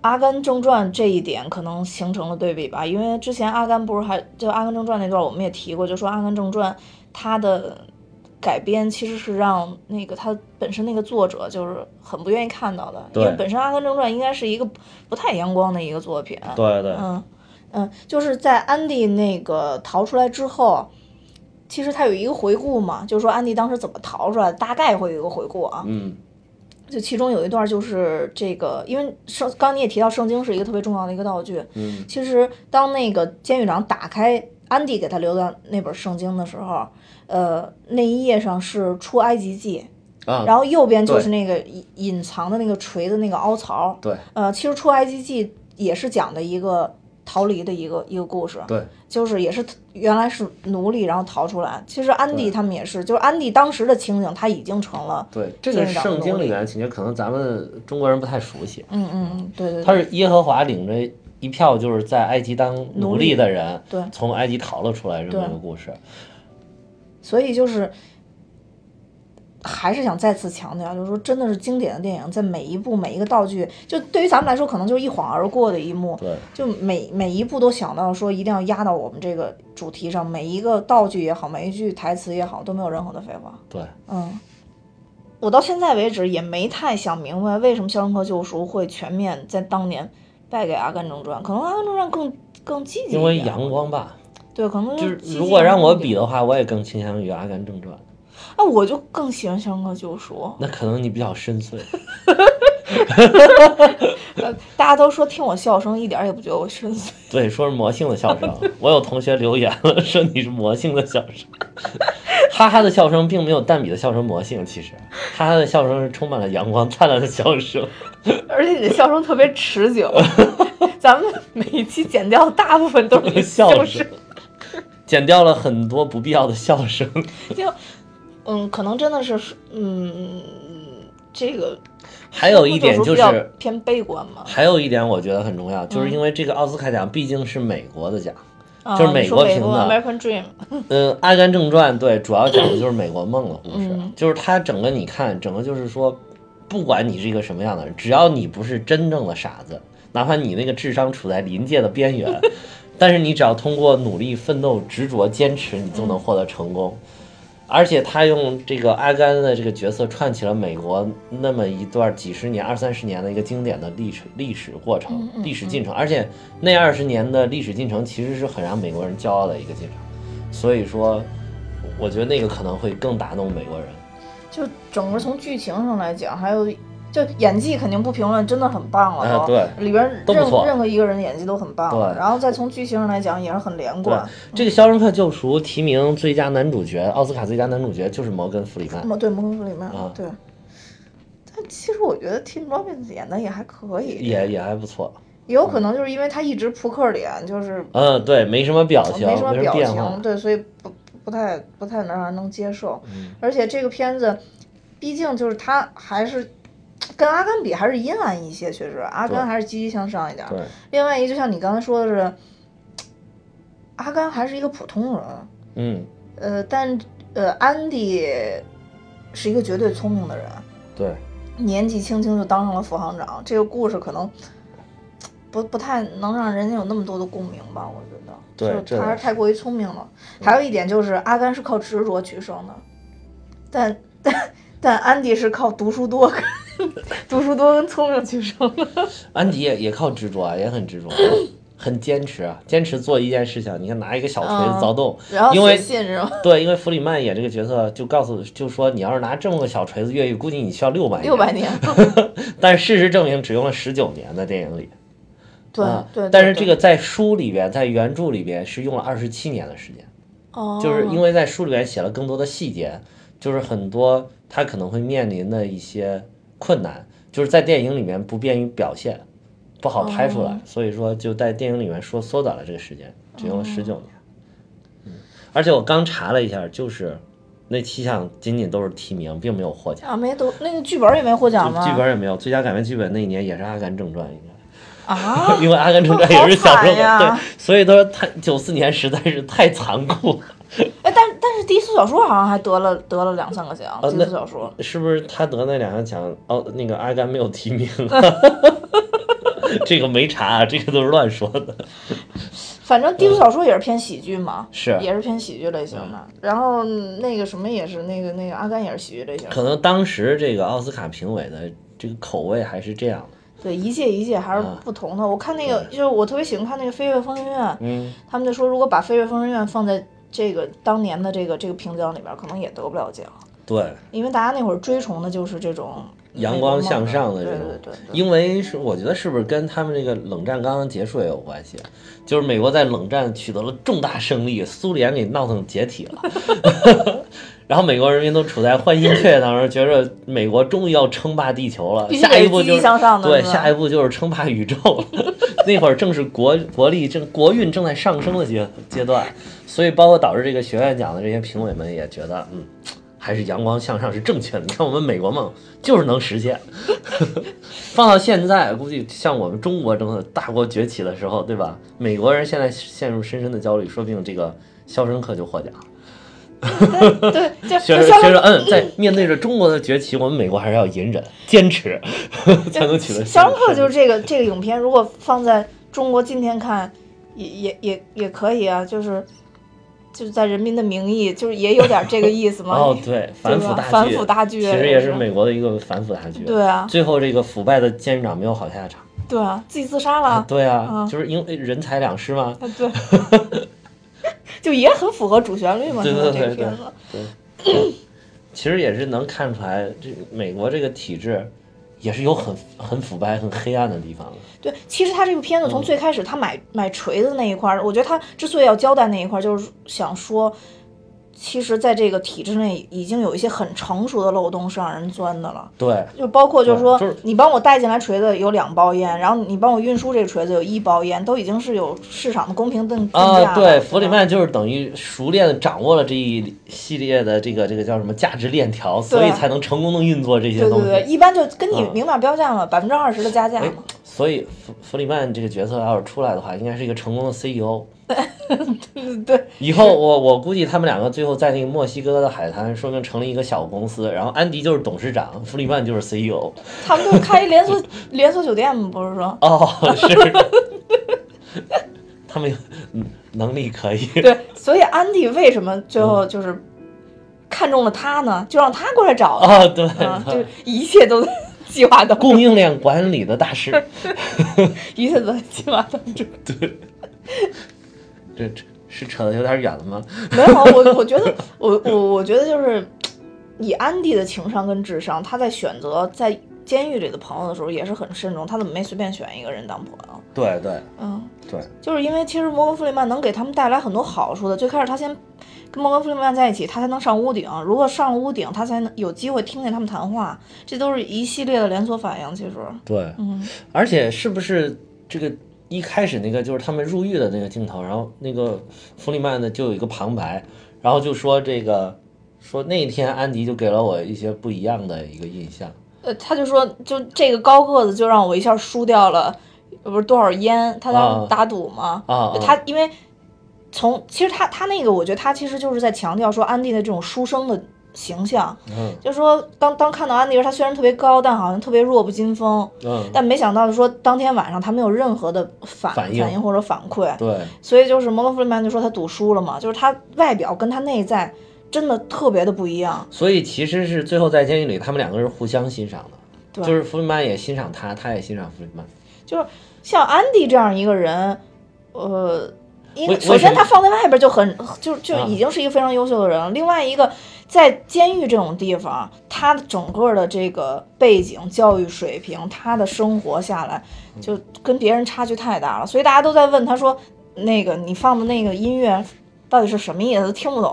Speaker 1: 阿甘正传》这一点可能形成了对比吧。因为之前阿甘不是还就《阿甘正传》那段，我们也提过，就说《阿甘正传》它的改编其实是让那个他本身那个作者就是很不愿意看到的，因
Speaker 2: 对
Speaker 1: 为本身《阿甘正传》应该是一个不太阳光的一个作品。
Speaker 2: 对对，
Speaker 1: 嗯，嗯，就是在安迪那个逃出来之后，其实他有一个回顾嘛，就是说安迪当时怎么逃出来，大概会有一个回顾啊。
Speaker 2: 嗯，
Speaker 1: 就其中有一段就是这个，因为圣，刚刚你也提到圣经是一个特别重要的一个道具。
Speaker 2: 嗯，
Speaker 1: 其实当那个监狱长打开安迪给他留的那本圣经的时候，呃，那一页上是出埃及记，
Speaker 2: 啊，
Speaker 1: 然后右边就是
Speaker 2: 对
Speaker 1: 那个隐隐藏的那个锤的那个凹槽。
Speaker 2: 对
Speaker 1: 呃，其实出埃及记也是讲的一个逃离的一个一个故事，
Speaker 2: 对
Speaker 1: 就是也是原来是奴隶，然后逃出来。其实安
Speaker 2: 对
Speaker 1: 迪他们也是，就是安迪当时的情景，他已经成了，
Speaker 2: 对，这个
Speaker 1: 监狱长
Speaker 2: 圣经
Speaker 1: 奴
Speaker 2: 里
Speaker 1: 隶
Speaker 2: 面的情节可能咱们中国人不太熟悉，
Speaker 1: 嗯嗯，嗯对对
Speaker 2: 他
Speaker 1: 对，
Speaker 2: 是耶和华领着一票就是在埃及当奴隶的人，
Speaker 1: 对
Speaker 2: 从埃及逃了出来这么一
Speaker 1: 对
Speaker 2: 个故事。
Speaker 1: 所以就是。还是想再次强调，就是说，真的是经典的电影，在每一部每一个道具，就对于咱们来说，可能就是一晃而过的一幕，
Speaker 2: 对，
Speaker 1: 就每每一步都想到说一定要压到我们这个主题上，每一个道具也好，每一句台词也好，都没有任何的废话。
Speaker 2: 对，
Speaker 1: 嗯，我到现在为止也没太想明白为什么《肖申克救赎》会全面在当年败给《阿甘正传》，可能《阿甘正传更》更积极一点，嗯
Speaker 2: 因为阳光吧，
Speaker 1: 对，可能
Speaker 2: 就是
Speaker 1: 积极
Speaker 2: 如果让我
Speaker 1: 一
Speaker 2: 比
Speaker 1: 点，
Speaker 2: 的话，我也更倾向于《阿甘正传》。
Speaker 1: 啊，我就更喜欢《肖申克救赎 *laughs*
Speaker 2: 那可能你比较深邃，
Speaker 1: 呃大家都说听我笑声一点儿也不觉得我深邃。 *laughs*
Speaker 2: 对，说是魔性的笑声。我有同学留言了，说你是魔性的笑声，哈哈的笑声并没有蛋比的笑声魔性，其实哈哈的笑声是充满了阳光灿烂的笑声。
Speaker 1: 而且你的笑声特别持久， *laughs* 咱们每一期剪掉的大部分都是你的
Speaker 2: 笑
Speaker 1: 声
Speaker 2: 声，减掉了很多不必要的笑声。
Speaker 1: 就嗯，可能真的是嗯，这个
Speaker 2: 还有一点
Speaker 1: 是
Speaker 2: 就
Speaker 1: 比较
Speaker 2: 是，
Speaker 1: 偏悲观嘛，
Speaker 2: 还有一点我觉得很重要，就是
Speaker 1: 嗯
Speaker 2: 因为这个奥斯卡奖毕竟是美国的奖。
Speaker 1: 啊
Speaker 2: 就是美
Speaker 1: 你说
Speaker 2: 国
Speaker 1: 美
Speaker 2: 评
Speaker 1: 国
Speaker 2: 的
Speaker 1: American Dream，
Speaker 2: 嗯，《阿甘正传》对，主要讲的就是美国梦的故事，
Speaker 1: 嗯
Speaker 2: *clears throat* 就是它整个你看，整个就是说，不管你是一个什么样的人，只要你不是真正的傻子，哪怕你那个智商处在临界的边
Speaker 1: *laughs*
Speaker 2: 缘，但是你只要通过努力、奋斗、执着、坚持，你
Speaker 1: 嗯
Speaker 2: 就能获得成功。而且他用这个阿甘的这个角色串起了美国那么一段几十年、二三十年的一个经典的历史历史过程
Speaker 1: 嗯、嗯
Speaker 2: 历史进程，而且那二十年的历史进程其实是很让美国人骄傲的一个进程。所以说，我觉得那个可能会更打动美国人。
Speaker 1: 就整个从剧情上来讲，还有就演技肯定不评论，真的很棒了
Speaker 2: 啊
Speaker 1: 都。
Speaker 2: 对
Speaker 1: 里边
Speaker 2: 都不
Speaker 1: 任
Speaker 2: 错
Speaker 1: 任何一个人演技都很棒了。
Speaker 2: 对
Speaker 1: 然后再从剧情上来讲，也是很连贯。
Speaker 2: 这个《肖申克救赎》提名最佳男主角，奥斯卡最佳男主角就是摩根·弗里曼
Speaker 1: 那。么对《摩根弗里曼》
Speaker 2: 啊
Speaker 1: 对。但其实我觉得 Tim Robbins 演的也还可以，
Speaker 2: 也也还不错，
Speaker 1: 也有可能就是因为他一直扑克脸，就是
Speaker 2: 嗯，对，没什么表情，
Speaker 1: 哦没什么表
Speaker 2: 变化
Speaker 1: 情，，对，所以不不不太不太能让人能接受。
Speaker 2: 嗯
Speaker 1: 而且这个片子，毕竟就是它还是跟阿甘比还是阴暗一些，确实阿
Speaker 2: 对
Speaker 1: 甘还是积极向上一点儿。
Speaker 2: 对，
Speaker 1: 另外一个，就像你刚才说的是，阿甘还是一个普通人，
Speaker 2: 嗯，
Speaker 1: 呃，但呃，安迪是一个绝对聪明的人，
Speaker 2: 对，
Speaker 1: 年纪轻轻就当上了副行长。这个故事可能不不太能让人家有那么多的共鸣吧，我觉得。
Speaker 2: 对
Speaker 1: 就
Speaker 2: 这
Speaker 1: 是他
Speaker 2: 倒
Speaker 1: 还是
Speaker 2: 是
Speaker 1: 太过于聪明了。还有一点就是，阿甘是靠执着取胜的，但但但安迪是靠读书多跟 *laughs* 读书多跟聪明取胜的。
Speaker 2: 安迪也也靠执着啊，也很执
Speaker 1: *laughs*
Speaker 2: 着啊，很坚持啊，坚持做一件事情。你看，拿一个小锤子
Speaker 1: 嗯
Speaker 2: 凿洞，
Speaker 1: 然后
Speaker 2: 因为
Speaker 1: 写信是吗？
Speaker 2: 对，因为弗里曼演这个角色就告诉，就说你要是拿这么个小锤子越狱，估计你需要六百
Speaker 1: 六百年。 *laughs*
Speaker 2: 但是事实证明，只用了十九年在电影里。
Speaker 1: 对
Speaker 2: 啊
Speaker 1: 对。
Speaker 2: 但是
Speaker 1: 对
Speaker 2: 这个在书里边，在原著里边是用了二十七年的时间，
Speaker 1: 哦，
Speaker 2: 就是因为在书里边写了更多的细节，就是很多他可能会面临的一些困难，就是在电影里面不便于表现，不好拍出来，
Speaker 1: 哦
Speaker 2: 所以说就在电影里面说缩短了这个时间，只用了十
Speaker 1: 哦
Speaker 2: 九年。嗯，而且我刚查了一下，就是那七项仅仅都是提名，并没有获奖。
Speaker 1: 啊没读那个剧本也没获奖
Speaker 2: 就
Speaker 1: 吗？
Speaker 2: 剧本也没有，最佳改编剧本那一年也是《阿甘正传》，应该。，
Speaker 1: 啊
Speaker 2: *laughs* 因为《阿甘正传》也是小说
Speaker 1: 好惨呀
Speaker 2: 改对，所以他说他九四年实在是太残酷了，
Speaker 1: 哎，但但是低俗小说好像还得了得了两三个奖，
Speaker 2: 啊
Speaker 1: 低
Speaker 2: 那
Speaker 1: 俗小说。
Speaker 2: 是不是？他得那两个奖，哦，那个阿甘没有提
Speaker 1: *laughs*
Speaker 2: 名，这个没查啊，这个都是乱说的。
Speaker 1: 反正低俗小说也是偏喜剧嘛，
Speaker 2: 是
Speaker 1: 也是偏喜剧类型的。然后嗯那个什么也是那个那个阿甘也是喜剧类型的，
Speaker 2: 可能当时这个奥斯卡评委的这个口味还是这样的，
Speaker 1: 对，一届一届还是
Speaker 2: 啊
Speaker 1: 不同的。我看那个就是我特别喜欢看那个《飞跃疯人院》，
Speaker 2: 嗯，
Speaker 1: 啊他们就说如果把《飞跃疯人院》放在这个当年的这个这个评奖里边，可能也得不了奖，
Speaker 2: 对，
Speaker 1: 因为大家那会儿追崇的就是这种
Speaker 2: 阳光向上的
Speaker 1: 美国
Speaker 2: 这种
Speaker 1: 梦对对对对。
Speaker 2: 因为是我觉得是不是跟他们这个冷战刚刚结束也有关系？就是美国在冷战取得了重大胜利，苏联给闹腾解体了，然后美国人民都处在欢欣雀跃当中，觉着美国终于要称霸地球了，
Speaker 1: 必须
Speaker 2: 下
Speaker 1: 得
Speaker 2: 一步
Speaker 1: 积
Speaker 2: 就
Speaker 1: 极
Speaker 2: 是
Speaker 1: 向上的
Speaker 2: 对，
Speaker 1: 是吧
Speaker 2: 下一步就是称霸宇宙了。 *laughs* 那会儿正是国国力正国运正在上升的阶阶段，所以包括导致这个学院奖的这些评委们也觉得，嗯，还是阳光向上是正确的。你看我们美国梦就是能实现。 *laughs* 放到现在，估计像我们中国这么大国崛起的时候，对吧？美国人现在陷入深深的焦虑，说不定这个《肖申克》就获奖。
Speaker 1: 对，就就
Speaker 2: 学生
Speaker 1: 相
Speaker 2: 学生，嗯，在面对着中国的崛起，我们美国还是要隐忍、坚持， *laughs* 才能取得。
Speaker 1: 肖申嗯克就是这个这个影片，如果放在中国今天看，也也也也可以啊，就是就是在《人民的名义》，就是也有点这个意思嘛。
Speaker 2: *laughs* 哦，对，反腐大剧，
Speaker 1: 反腐大剧
Speaker 2: 其实也
Speaker 1: 是
Speaker 2: 是美国的一个反腐大剧。
Speaker 1: 对啊
Speaker 2: 最后这个腐败的监狱长没有好下场。
Speaker 1: 对啊，自己自杀了，
Speaker 2: 对啊，
Speaker 1: 嗯
Speaker 2: 就是因为人财两失嘛。
Speaker 1: 啊对，
Speaker 2: *laughs*
Speaker 1: 就也很符合主旋律嘛。
Speaker 2: 对
Speaker 1: 现在
Speaker 2: 对
Speaker 1: 这个
Speaker 2: 对对
Speaker 1: 片子，
Speaker 2: *coughs* 其实也是能看出来，这美国这个体制也是有很很腐败、很黑暗的地方的。
Speaker 1: 对，其实他这个片子
Speaker 2: 嗯
Speaker 1: 从最开始他买、买锤子那一块儿，我觉得他之所以要交代那一块儿，就是想说，其实在这个体制内已经有一些很成熟的漏洞是让人钻的了。
Speaker 2: 对，
Speaker 1: 就包括就是说，
Speaker 2: 对就是
Speaker 1: 你帮我带进来锤子有两包烟，然后你帮我运输这个锤子有一包烟，都已经是有市场的公平定定价了。
Speaker 2: 啊，对，弗里
Speaker 1: 吧
Speaker 2: 曼就是等于熟练地掌握了这一系列的这个这个叫什么价值链条，所以才能成功的运作这些
Speaker 1: 对
Speaker 2: 东
Speaker 1: 对
Speaker 2: 西。
Speaker 1: 对，一般就跟你
Speaker 2: 嗯
Speaker 1: 明码标价嘛，百分之二十的加价
Speaker 2: 哎
Speaker 1: 嘛。，
Speaker 2: 所以弗弗里曼这个角色要是出来的话，应该是一个成功
Speaker 1: *laughs*
Speaker 2: 的 CEO。
Speaker 1: 对，
Speaker 2: 以后我我估计他们两个最后在那个墨西哥的海滩，说不定成立一个小公司，然后安迪就是董事长，弗里曼就是 E CEO。
Speaker 1: *laughs* 他们就开一连
Speaker 2: *laughs*
Speaker 1: 锁连锁酒店嘛，不是说？
Speaker 2: 哦，是，他们有嗯能力可以。 *laughs*
Speaker 1: 对，所以安迪为什么最
Speaker 2: 嗯
Speaker 1: 后就是看中了他呢？就让他过来找他，
Speaker 2: 哦，对， *laughs*
Speaker 1: 啊，就是一切都在计划当中，
Speaker 2: 供应链管理的大师，
Speaker 1: 一切都在计划当中。
Speaker 2: 这这是扯的有点远了吗？
Speaker 1: *laughs* 没有，我我觉得，我我我觉得就是以安迪的情商跟智商，他在选择在监狱里的朋友的时候也是很慎重，他怎么没随便选一个人当朋友？
Speaker 2: 对对
Speaker 1: 嗯，
Speaker 2: 对，
Speaker 1: 就是因为其实摩根·弗里曼能给他们带来很多好处的。最开始他先跟摩根·弗里曼在一起，他才能上屋顶。如果上了屋顶，他才能有机会听见他们谈话。这都是一系列的连锁反应。其实，
Speaker 2: 对，
Speaker 1: 嗯，
Speaker 2: 而且是不是这个一开始那个就是他们入狱的那个镜头，然后那个弗里曼呢就有一个旁白，然后就说这个说那天安迪就给了我一些不一样的一个印象。
Speaker 1: 呃，他就说，就这个高个子就让我一下输掉了，呃不是多少烟？他当
Speaker 2: 啊
Speaker 1: 时打赌嘛，
Speaker 2: 啊啊
Speaker 1: 哎他因为从其实他他那个，我觉得他其实就是在强调说安迪的这种书生的形象，
Speaker 2: 嗯
Speaker 1: 就是说当当看到安迪的时，候，他虽然特别高，但好像特别弱不禁风。
Speaker 2: 嗯，
Speaker 1: 但没想到说当天晚上他没有任何的反
Speaker 2: 反应
Speaker 1: 或者反馈，
Speaker 2: 对
Speaker 1: 所以就是摩根弗里曼就说他赌输了嘛，就是他外表跟他内在真的特别的不一样，
Speaker 2: 所以其实是最后在监狱里，他们两个是互相欣赏的，
Speaker 1: 对
Speaker 2: 就是弗里曼也欣赏他，他也欣赏弗里曼。
Speaker 1: 就是像安迪这样一个人，呃。因为
Speaker 2: 为为
Speaker 1: 首先，
Speaker 2: 什么
Speaker 1: 他放在外边就很就就
Speaker 2: 啊
Speaker 1: 已经是一个非常优秀的人了。另外一个，在监狱这种地方，他整个的这个背景、教育水平，他的生活下来，
Speaker 2: 嗯
Speaker 1: 就跟别人差距太大了。所以大家都在问他说：“那个你放的那个音乐到底是什么意思？听不懂。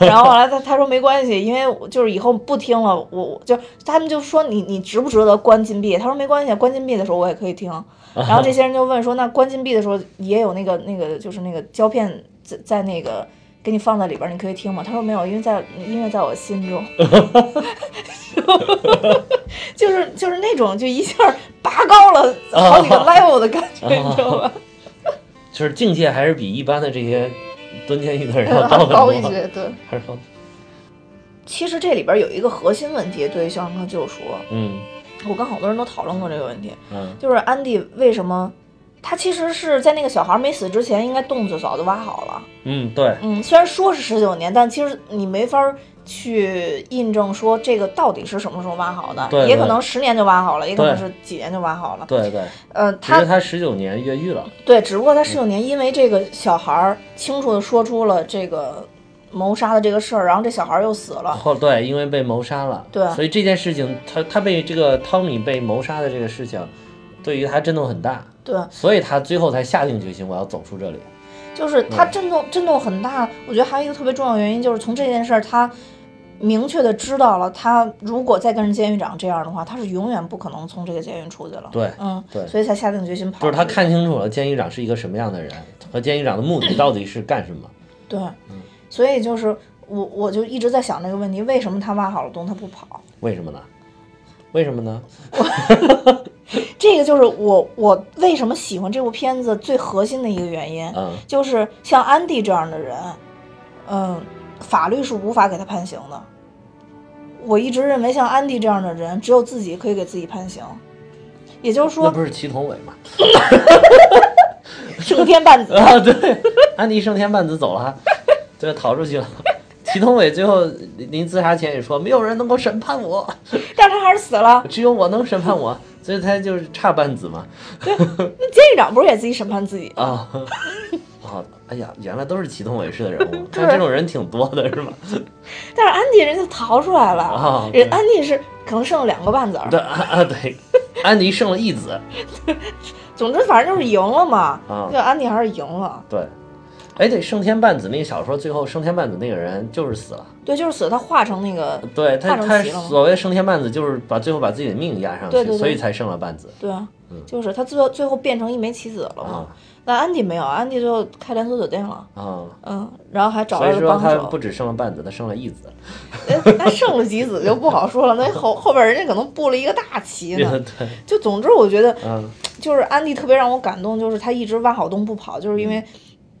Speaker 1: 然后后来他他说没关系，因为我就是以后不听了，我我就他们就说你你值不值得关禁闭？他说没关系，关禁闭的时候我也可以听。然后这些人就问说，那关禁闭的时候也有那个那个就是那个胶片在在那个。给你放在里边儿，你可以听吗？他说没有，因为在音乐在我心中， *laughs* 就是就是那种就一下拔高了好几个 level 的感觉，你知道吧？
Speaker 2: 就是境界还是比一般的这些蹲监狱的
Speaker 1: *laughs*
Speaker 2: 人要高很
Speaker 1: 高一
Speaker 2: 多，
Speaker 1: 些，对。
Speaker 2: 还是高。
Speaker 1: 其实这里边有一个核心问题，对于《肖申克救赎》，
Speaker 2: 嗯
Speaker 1: 我跟好多人都讨论过这个问题，
Speaker 2: 嗯
Speaker 1: 就是安迪为什么他其实是在那个小孩没死之前，应该洞就早就挖好了。
Speaker 2: 嗯，对
Speaker 1: 嗯，虽然说是十九年，但其实你没法儿去印证说这个到底是什么时候挖好的，
Speaker 2: 对对
Speaker 1: 也可能十年就挖好了，也可能
Speaker 2: 对
Speaker 1: 是几年就挖好了。
Speaker 2: 对对，
Speaker 1: 呃，
Speaker 2: 只是
Speaker 1: 他
Speaker 2: 他十九年越狱了。
Speaker 1: 对，只不过他十九年，因为这个小孩儿清楚的说出了这个谋杀的这个事儿，然后这小孩儿又死了。
Speaker 2: 后对，因为被谋杀了，
Speaker 1: 对
Speaker 2: 所以这件事情，他他被这个汤米被谋杀的这个事情，对于他震动很大，
Speaker 1: 对，
Speaker 2: 所以他最后才下定决心，我要走出这里。
Speaker 1: 就是
Speaker 2: 嗯
Speaker 1: 他震动震动很大，我觉得还有一个特别重要的原因，就是从这件事儿，他明确的知道了，他如果再跟着监狱长这样的话，他是永远不可能从这个监狱出去了。
Speaker 2: 对
Speaker 1: 嗯，
Speaker 2: 对
Speaker 1: 所以才下定决心跑出去。
Speaker 2: 就是他看清楚了监狱长是一个什么样的人，和监狱长的目的到底是干什么。
Speaker 1: 对，所以就是我我就一直在想这个问题，为什么他挖好了洞他不跑？
Speaker 2: 为什么呢？为什么呢？
Speaker 1: 这个就是我我为什么喜欢这部片子最核心的一个原因，
Speaker 2: 嗯，
Speaker 1: 就是像安迪这样的人，嗯，法律是无法给他判刑的。我一直认为，像安迪这样的人，只有自己可以给自己判刑。也就是
Speaker 2: 那
Speaker 1: 说，
Speaker 2: 不是祁同伟吗？ *laughs*
Speaker 1: 胜天半子，
Speaker 2: 啊，对，安迪升天半子走了， *laughs* 对，逃出去了。祁同伟最后临自杀前也说，没有人能够审判我，
Speaker 1: *laughs* 但是他还是死了。
Speaker 2: 只有我能审判我，所以他就是差半子嘛。
Speaker 1: 那监狱长不是也自己审判自己？ *laughs*
Speaker 2: 啊啊！哎呀，原来都是祁同伟式的人
Speaker 1: *laughs*
Speaker 2: 物，
Speaker 1: 对
Speaker 2: 看这种人挺多的是吧？
Speaker 1: 但是安迪人家逃出来了，
Speaker 2: 啊
Speaker 1: 人
Speaker 2: 对
Speaker 1: 安迪是可能剩了两个半子儿。
Speaker 2: 对啊啊对，安迪胜了一子，
Speaker 1: 总之反正就是赢了嘛。
Speaker 2: 啊
Speaker 1: 对，安迪还是赢了。
Speaker 2: 对，哎对，胜天半子那个小说最后胜天半子那个人就是死了，
Speaker 1: 对，就是死，他化成那个，
Speaker 2: 对他
Speaker 1: 化成
Speaker 2: 他
Speaker 1: 席了吗
Speaker 2: 所谓的胜天半子就是把最后把自己的命压上去，
Speaker 1: 对对对
Speaker 2: 所以才胜了半子
Speaker 1: 对啊，就是他最后最后变成一枚棋子了嘛。
Speaker 2: 嗯啊
Speaker 1: 但安迪没有，安迪最后开连锁酒店了。
Speaker 2: 啊，
Speaker 1: 嗯，然后还找
Speaker 2: 所
Speaker 1: 来
Speaker 2: 以
Speaker 1: 了
Speaker 2: 说
Speaker 1: 帮
Speaker 2: 他
Speaker 1: 手
Speaker 2: 不，只胜了半子，他胜了一子，
Speaker 1: 哎他剩了几子就不好
Speaker 2: *laughs*
Speaker 1: 说了。那后后边人家可能布了一个大棋
Speaker 2: 对
Speaker 1: 呢。
Speaker 2: *laughs* 对，
Speaker 1: 就总之，我觉得
Speaker 2: 嗯
Speaker 1: 就是安迪特别让我感动，就是他一直挖好洞不跑，就是因
Speaker 2: 嗯
Speaker 1: 为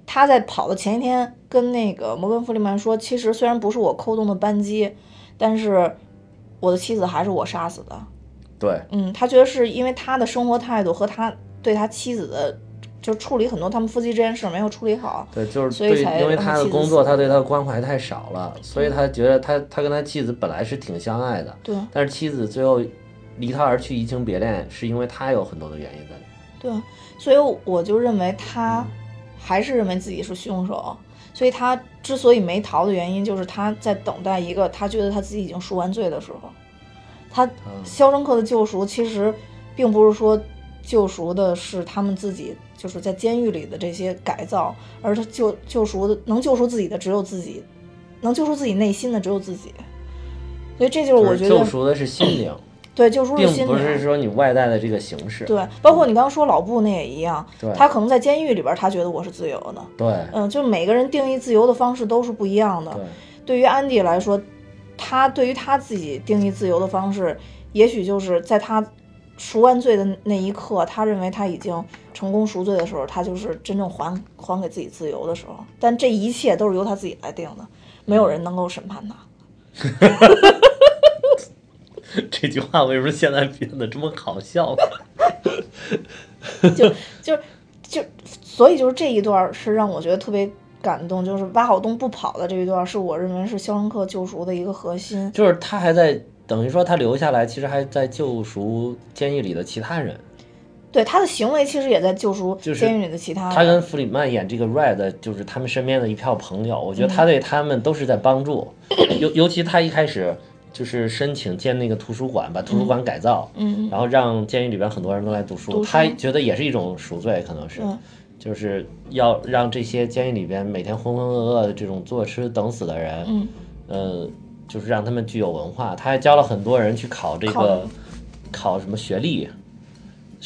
Speaker 1: 他在跑的前一天跟那个摩根弗里曼说，其实虽然不是我扣动的扳机，但是我的妻子还是我杀死的。
Speaker 2: 对
Speaker 1: 嗯，他觉得是因为他的生活态度和他对他妻子的，就处理很多他们夫妻这件事没有处理好。
Speaker 2: 对，就是
Speaker 1: 所以
Speaker 2: 对，
Speaker 1: 才
Speaker 2: 因为
Speaker 1: 让
Speaker 2: 他的
Speaker 1: 妻子
Speaker 2: 工
Speaker 1: 死
Speaker 2: 作，他对他的关怀太少了，所以他觉得他他跟他妻子本来是挺相爱的，
Speaker 1: 对
Speaker 2: 但是妻子最后离他而去，移情别恋，是因为他有很多的原因在里面。
Speaker 1: 对，所以我就认为他还是认为自己是凶手。所以他之所以没逃的原因，就是他在等待一个他觉得他自己已经赎完罪的时候。他《
Speaker 2: 嗯
Speaker 1: 肖申克的救赎》其实并不是说救赎的是他们自己，就是在监狱里的这些改造，而是救救赎的能救赎自己的只有自己，能救赎自己内心的只有自己。所以这就是我
Speaker 2: 就
Speaker 1: 觉
Speaker 2: 是
Speaker 1: 得
Speaker 2: 救赎的是心灵，
Speaker 1: 对救赎是
Speaker 2: 并
Speaker 1: 心
Speaker 2: 不
Speaker 1: 灵。
Speaker 2: 是说你外在的这个形式。
Speaker 1: 对，包括你刚刚说老布那也一样
Speaker 2: 对，
Speaker 1: 他可能在监狱里边儿，他觉得我是自由的。
Speaker 2: 对
Speaker 1: 嗯，就是每个人定义自由的方式都是不一样的。
Speaker 2: 对 *laughs*
Speaker 1: 对于安迪来说，他对于他自己定义自由的方式，也许就是在他赎完罪的那一刻，他认为他已经成功赎罪的时候，他就是真正还还给自己自由的时候。但这一切都是由他自己来定的，没有人能够审判他。
Speaker 2: 这句话为什么现在变得这么好笑？
Speaker 1: 就就就，所以就是这一段儿是让我觉得特别感动，就是挖好洞不跑的这一段儿，是我认为是《肖申克救赎》的一个核心。
Speaker 2: *laughs* 就是他还在等于说他留下来，其实还在救赎监狱里的其他人。
Speaker 1: 对他的行为，其实也在救赎
Speaker 2: 就是
Speaker 1: 监狱里的其他人。
Speaker 2: 他跟弗里曼演这个 Red，就是他们身边的一票朋友，我觉得
Speaker 1: 嗯
Speaker 2: 他对他们都是在
Speaker 1: *clears throat*
Speaker 2: 帮助，尤尤其他一开始就是申请建那个图书馆，把图书馆改造，
Speaker 1: 嗯，
Speaker 2: 然后让监狱里边很多人都来读书，
Speaker 1: 读书
Speaker 2: 他觉得也是一种赎罪，可能是，
Speaker 1: 嗯
Speaker 2: 就是要让这些监狱里边每天浑浑噩噩的这种坐吃等死的人，
Speaker 1: 嗯，
Speaker 2: 呃，就是让他们具有文化。他还教了很多人去考这
Speaker 1: 考
Speaker 2: 个，考什么学历。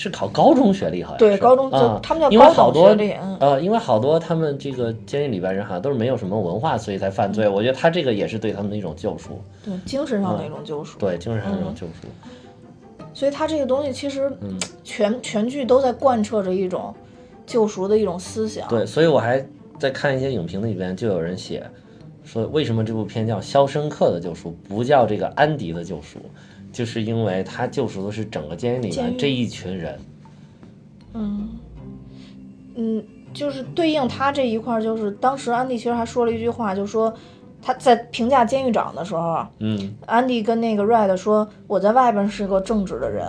Speaker 2: 是考高中学历，好像
Speaker 1: 对
Speaker 2: 是
Speaker 1: 高中就
Speaker 2: 啊
Speaker 1: 他们叫
Speaker 2: 因为
Speaker 1: 高等
Speaker 2: 好多
Speaker 1: 学历嗯
Speaker 2: 呃，因为好多他们这个监狱里边人好像都是没有什么文化，所以才犯罪。
Speaker 1: 嗯
Speaker 2: 我觉得他这个也是对他们的一种救赎，
Speaker 1: 对精神上的一种救赎。
Speaker 2: 嗯对精神上的一
Speaker 1: 嗯
Speaker 2: 种救赎。
Speaker 1: 所以他这个东西其实
Speaker 2: 嗯
Speaker 1: 全全剧都在贯彻着一种救赎的一种思想。
Speaker 2: 对，所以我还在看一些影评里边，就有人写说为什么这部片叫《肖申克的救赎》，不叫这个《安迪的救赎》，就是因为他救赎的是整个监狱里
Speaker 1: 监
Speaker 2: 面
Speaker 1: 狱
Speaker 2: 这一群人。
Speaker 1: 嗯，就是对应他这一块儿，就是当时安迪其实还说了一句话，就说他在评价监狱长的时候啊，
Speaker 2: 嗯，
Speaker 1: 安迪跟那个 Red 说，我在外边是个正直的人，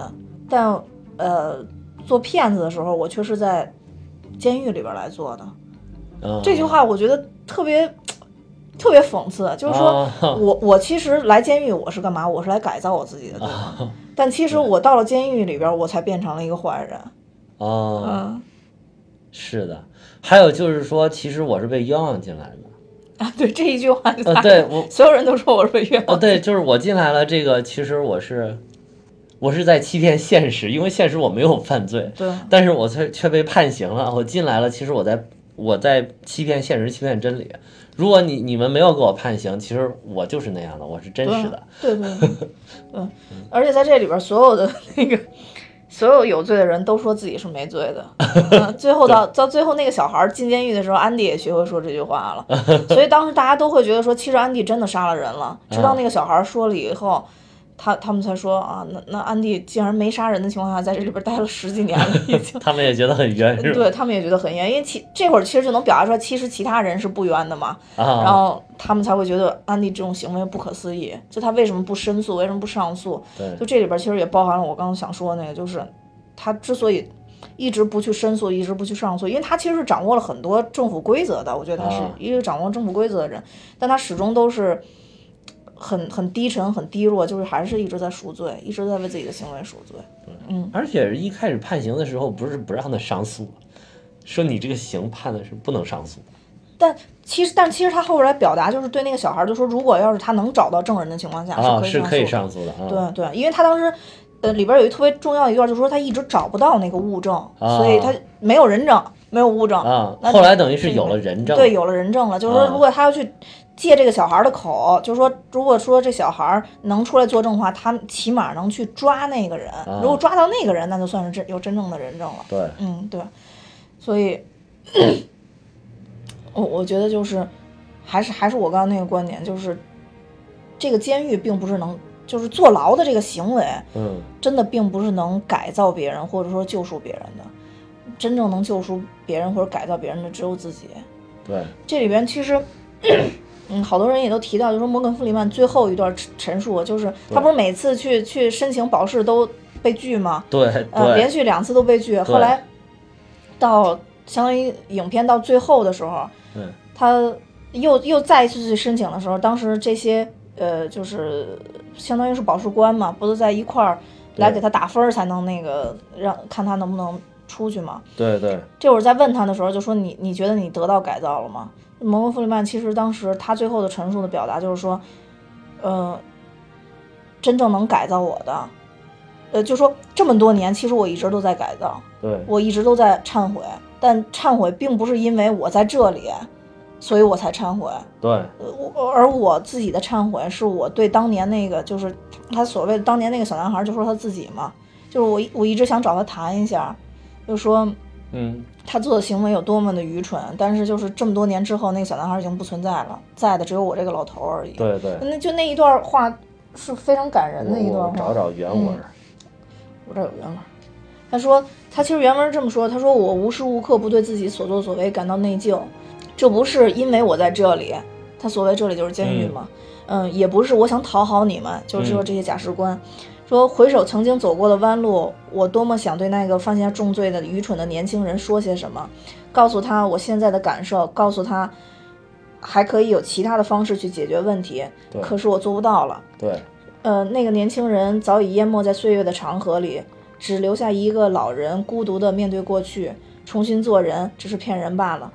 Speaker 1: 但呃，做骗子的时候，我却是在监狱里边来做的。
Speaker 2: 嗯
Speaker 1: 这句话我觉得特别特别讽刺，就是说、
Speaker 2: 啊
Speaker 1: 我我其实来监狱我是干嘛？我是来改造我自己的，对
Speaker 2: 啊
Speaker 1: 吧？但其实我到了监狱里边，我才变成了一个坏人。
Speaker 2: 哦，
Speaker 1: 嗯
Speaker 2: 是的。还有就是说，其实我是被冤枉进来
Speaker 1: *laughs*
Speaker 2: 的。
Speaker 1: 啊，对这一句话，
Speaker 2: 呃，对我，
Speaker 1: 所有人都说我是冤
Speaker 2: 哦，
Speaker 1: 枉。
Speaker 2: 对，就是我进来了，这个其实我是，我是在欺骗现实，因为现实我没有犯罪，
Speaker 1: 对
Speaker 2: 但是我却却被判刑了。我进来了，其实我在我在欺骗现实，欺骗真理。如果你你们没有给我判刑，其实我就是那样的，我是真实的。。
Speaker 1: 对对对，对，而且在这里边，所有的 *laughs* 那个，所有有罪的人都说自己是没罪的。嗯最后到到最后那个小孩进监狱的时候，安迪也学会说这句话了。 *laughs* 所以当时大家都会觉得说，其实安迪真的杀了人了。直到那个小孩说了以后，他他们才说啊，那那安迪竟然没杀人的情况下，在这里边待了十几年了，已经
Speaker 2: *laughs* 他们也觉得很冤，是吧？
Speaker 1: 对他们也觉得很冤，因为其这会儿其实就能表达出来，其实其他人是不冤的嘛。
Speaker 2: 啊，
Speaker 1: 然后他们才会觉得安迪这种行为不可思议，就他为什么不申诉，为什么不上诉？
Speaker 2: 对
Speaker 1: 就这里边其实也包含了我刚刚想说的那个，就是他之所以一直不去申诉，一直不去上诉，因为他其实是掌握了很多政府规则的，我觉得他是
Speaker 2: 啊
Speaker 1: 一个掌握政府规则的人，但他始终都是很很低沉、很低落，就是还是一直在赎罪，一直在为自己的行为赎罪。
Speaker 2: 而且一开始判刑的时候，不是不让他上诉，说你这个刑判的是不能上诉。
Speaker 1: 但其实，但其实他后来表达就是对那个小孩儿就说，如果要是他能找到证人的情况下，
Speaker 2: 啊，
Speaker 1: 是
Speaker 2: 是
Speaker 1: 可
Speaker 2: 可
Speaker 1: 以
Speaker 2: 以
Speaker 1: 上
Speaker 2: 上诉的啊。
Speaker 1: 诉的。对对，因为他当时，呃，里边有一特别重要一段，就是说他一直找不到那个物证，
Speaker 2: 啊
Speaker 1: 所以他没有人证，没有物证。
Speaker 2: 啊，
Speaker 1: 那
Speaker 2: 后来等于是有了人证，
Speaker 1: 对，有了人证了，就是说
Speaker 2: 啊
Speaker 1: 如果他要去借这个小孩儿的口，就是说如果说这小孩儿能出来作证的话，他们起码能去抓那个人。
Speaker 2: 哦
Speaker 1: 如果抓到那个人，那就算是真有真正的人证了。
Speaker 2: 对，
Speaker 1: 嗯，对，所以，我我觉得就是，还是还是我刚刚那个观点，就是这个监狱并不是能，就是坐牢的这个行为，
Speaker 2: 嗯，
Speaker 1: 真的并不是能改造别人或者说救赎别人的，真正能救赎别人或者改造别人的只有自己。
Speaker 2: 对，
Speaker 1: 这里边其实， *clears throat* 嗯，好多人也都提到，就说摩根·弗里曼最后一段陈陈述，就是他
Speaker 2: 对
Speaker 1: 不是每次去去申请保释都被拒吗？
Speaker 2: 对，
Speaker 1: 呃，连
Speaker 2: 对，
Speaker 1: 续两次都被拒。后来到相当于影片到最后的时候，
Speaker 2: 嗯，
Speaker 1: 他又又再一次去申请的时候，当时这些呃，就是相当于是保释官嘛，不都在一块儿来
Speaker 2: 对
Speaker 1: 给他打分儿才能那个让看他能不能出去嘛。
Speaker 2: 对，对，
Speaker 1: 这会儿在问他的时候，就说你你觉得你得到改造了吗？摩根·弗里曼其实当时他最后的陈述的表达就是说，呃，真正能改造我的，呃，就说这么多年，其实我一直都在改造，
Speaker 2: 对，
Speaker 1: 我一直都在忏悔，但忏悔并不是因为我在这里，所以我才忏悔，
Speaker 2: 对，
Speaker 1: 呃我而我自己的忏悔是我对当年那个就是他所谓的当年那个小男孩，就说他自己嘛，就是我一我一直想找他谈一下，就说。
Speaker 2: 嗯，
Speaker 1: 他做的行为有多么的愚蠢，但是就是这么多年之后，那个小男孩已经不存在了，在的只有我这个老头儿而已。，
Speaker 2: 对，对，
Speaker 1: 那就那一段话是非常感人
Speaker 2: 我
Speaker 1: 的一段
Speaker 2: 我
Speaker 1: 话。
Speaker 2: 找找原文儿，
Speaker 1: 我这儿有原文儿。他说，他其实原文是这么说：他说我无时无刻不对自己所作所为感到内疚，这不是因为我在这里，他所谓这里就是监狱嘛，嗯也不是我想讨好你们，就是说这些假释官。说回首曾经走过的弯路，我多么想对那个犯下重罪的愚蠢的年轻人说些什么，告诉他我现在的感受，告诉他还可以有其他的方式去解决问题，
Speaker 2: 对
Speaker 1: 可是我做不到了。
Speaker 2: 对，
Speaker 1: 呃，那个年轻人早已淹没在岁月的长河里，只留下一个老人孤独地面对过去，重新做人，只是骗人罢了。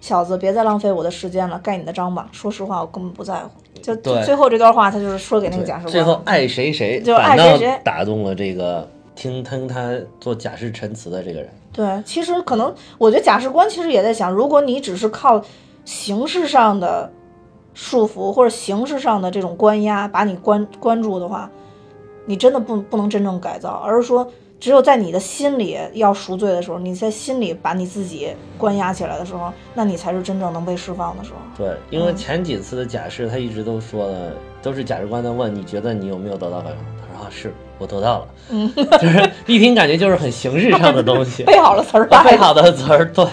Speaker 1: 小子，别再浪费我的时间了，盖你的章吧。说实话，我根本不在乎。就就
Speaker 2: 对
Speaker 1: 最后这段话，他就是说给那个
Speaker 2: 对
Speaker 1: 假释官。
Speaker 2: 最后爱谁谁，
Speaker 1: 就爱
Speaker 2: 反
Speaker 1: 谁
Speaker 2: 倒
Speaker 1: 谁
Speaker 2: 打动了这个听听他做假释陈词的这个人，
Speaker 1: 对，其实可能我觉得假释官其实也在想，如果你只是靠形式上的束缚或者形式上的这种关押把你关关住的话，你真的不不能真正改造，而是说只有在你的心里要赎罪的时候，你在心里把你自己关押起来的时候，那你才是真正能被释放的时候。
Speaker 2: 对，因为前几次的假释，他一直都说的都是假释官在问你觉得你有没有得到改造，他说啊是我得到了，
Speaker 1: 嗯，
Speaker 2: 就是一听感觉就是很形式上的
Speaker 1: *laughs*
Speaker 2: 东西，
Speaker 1: 背好了词儿吧
Speaker 2: 我，背好的词儿，对，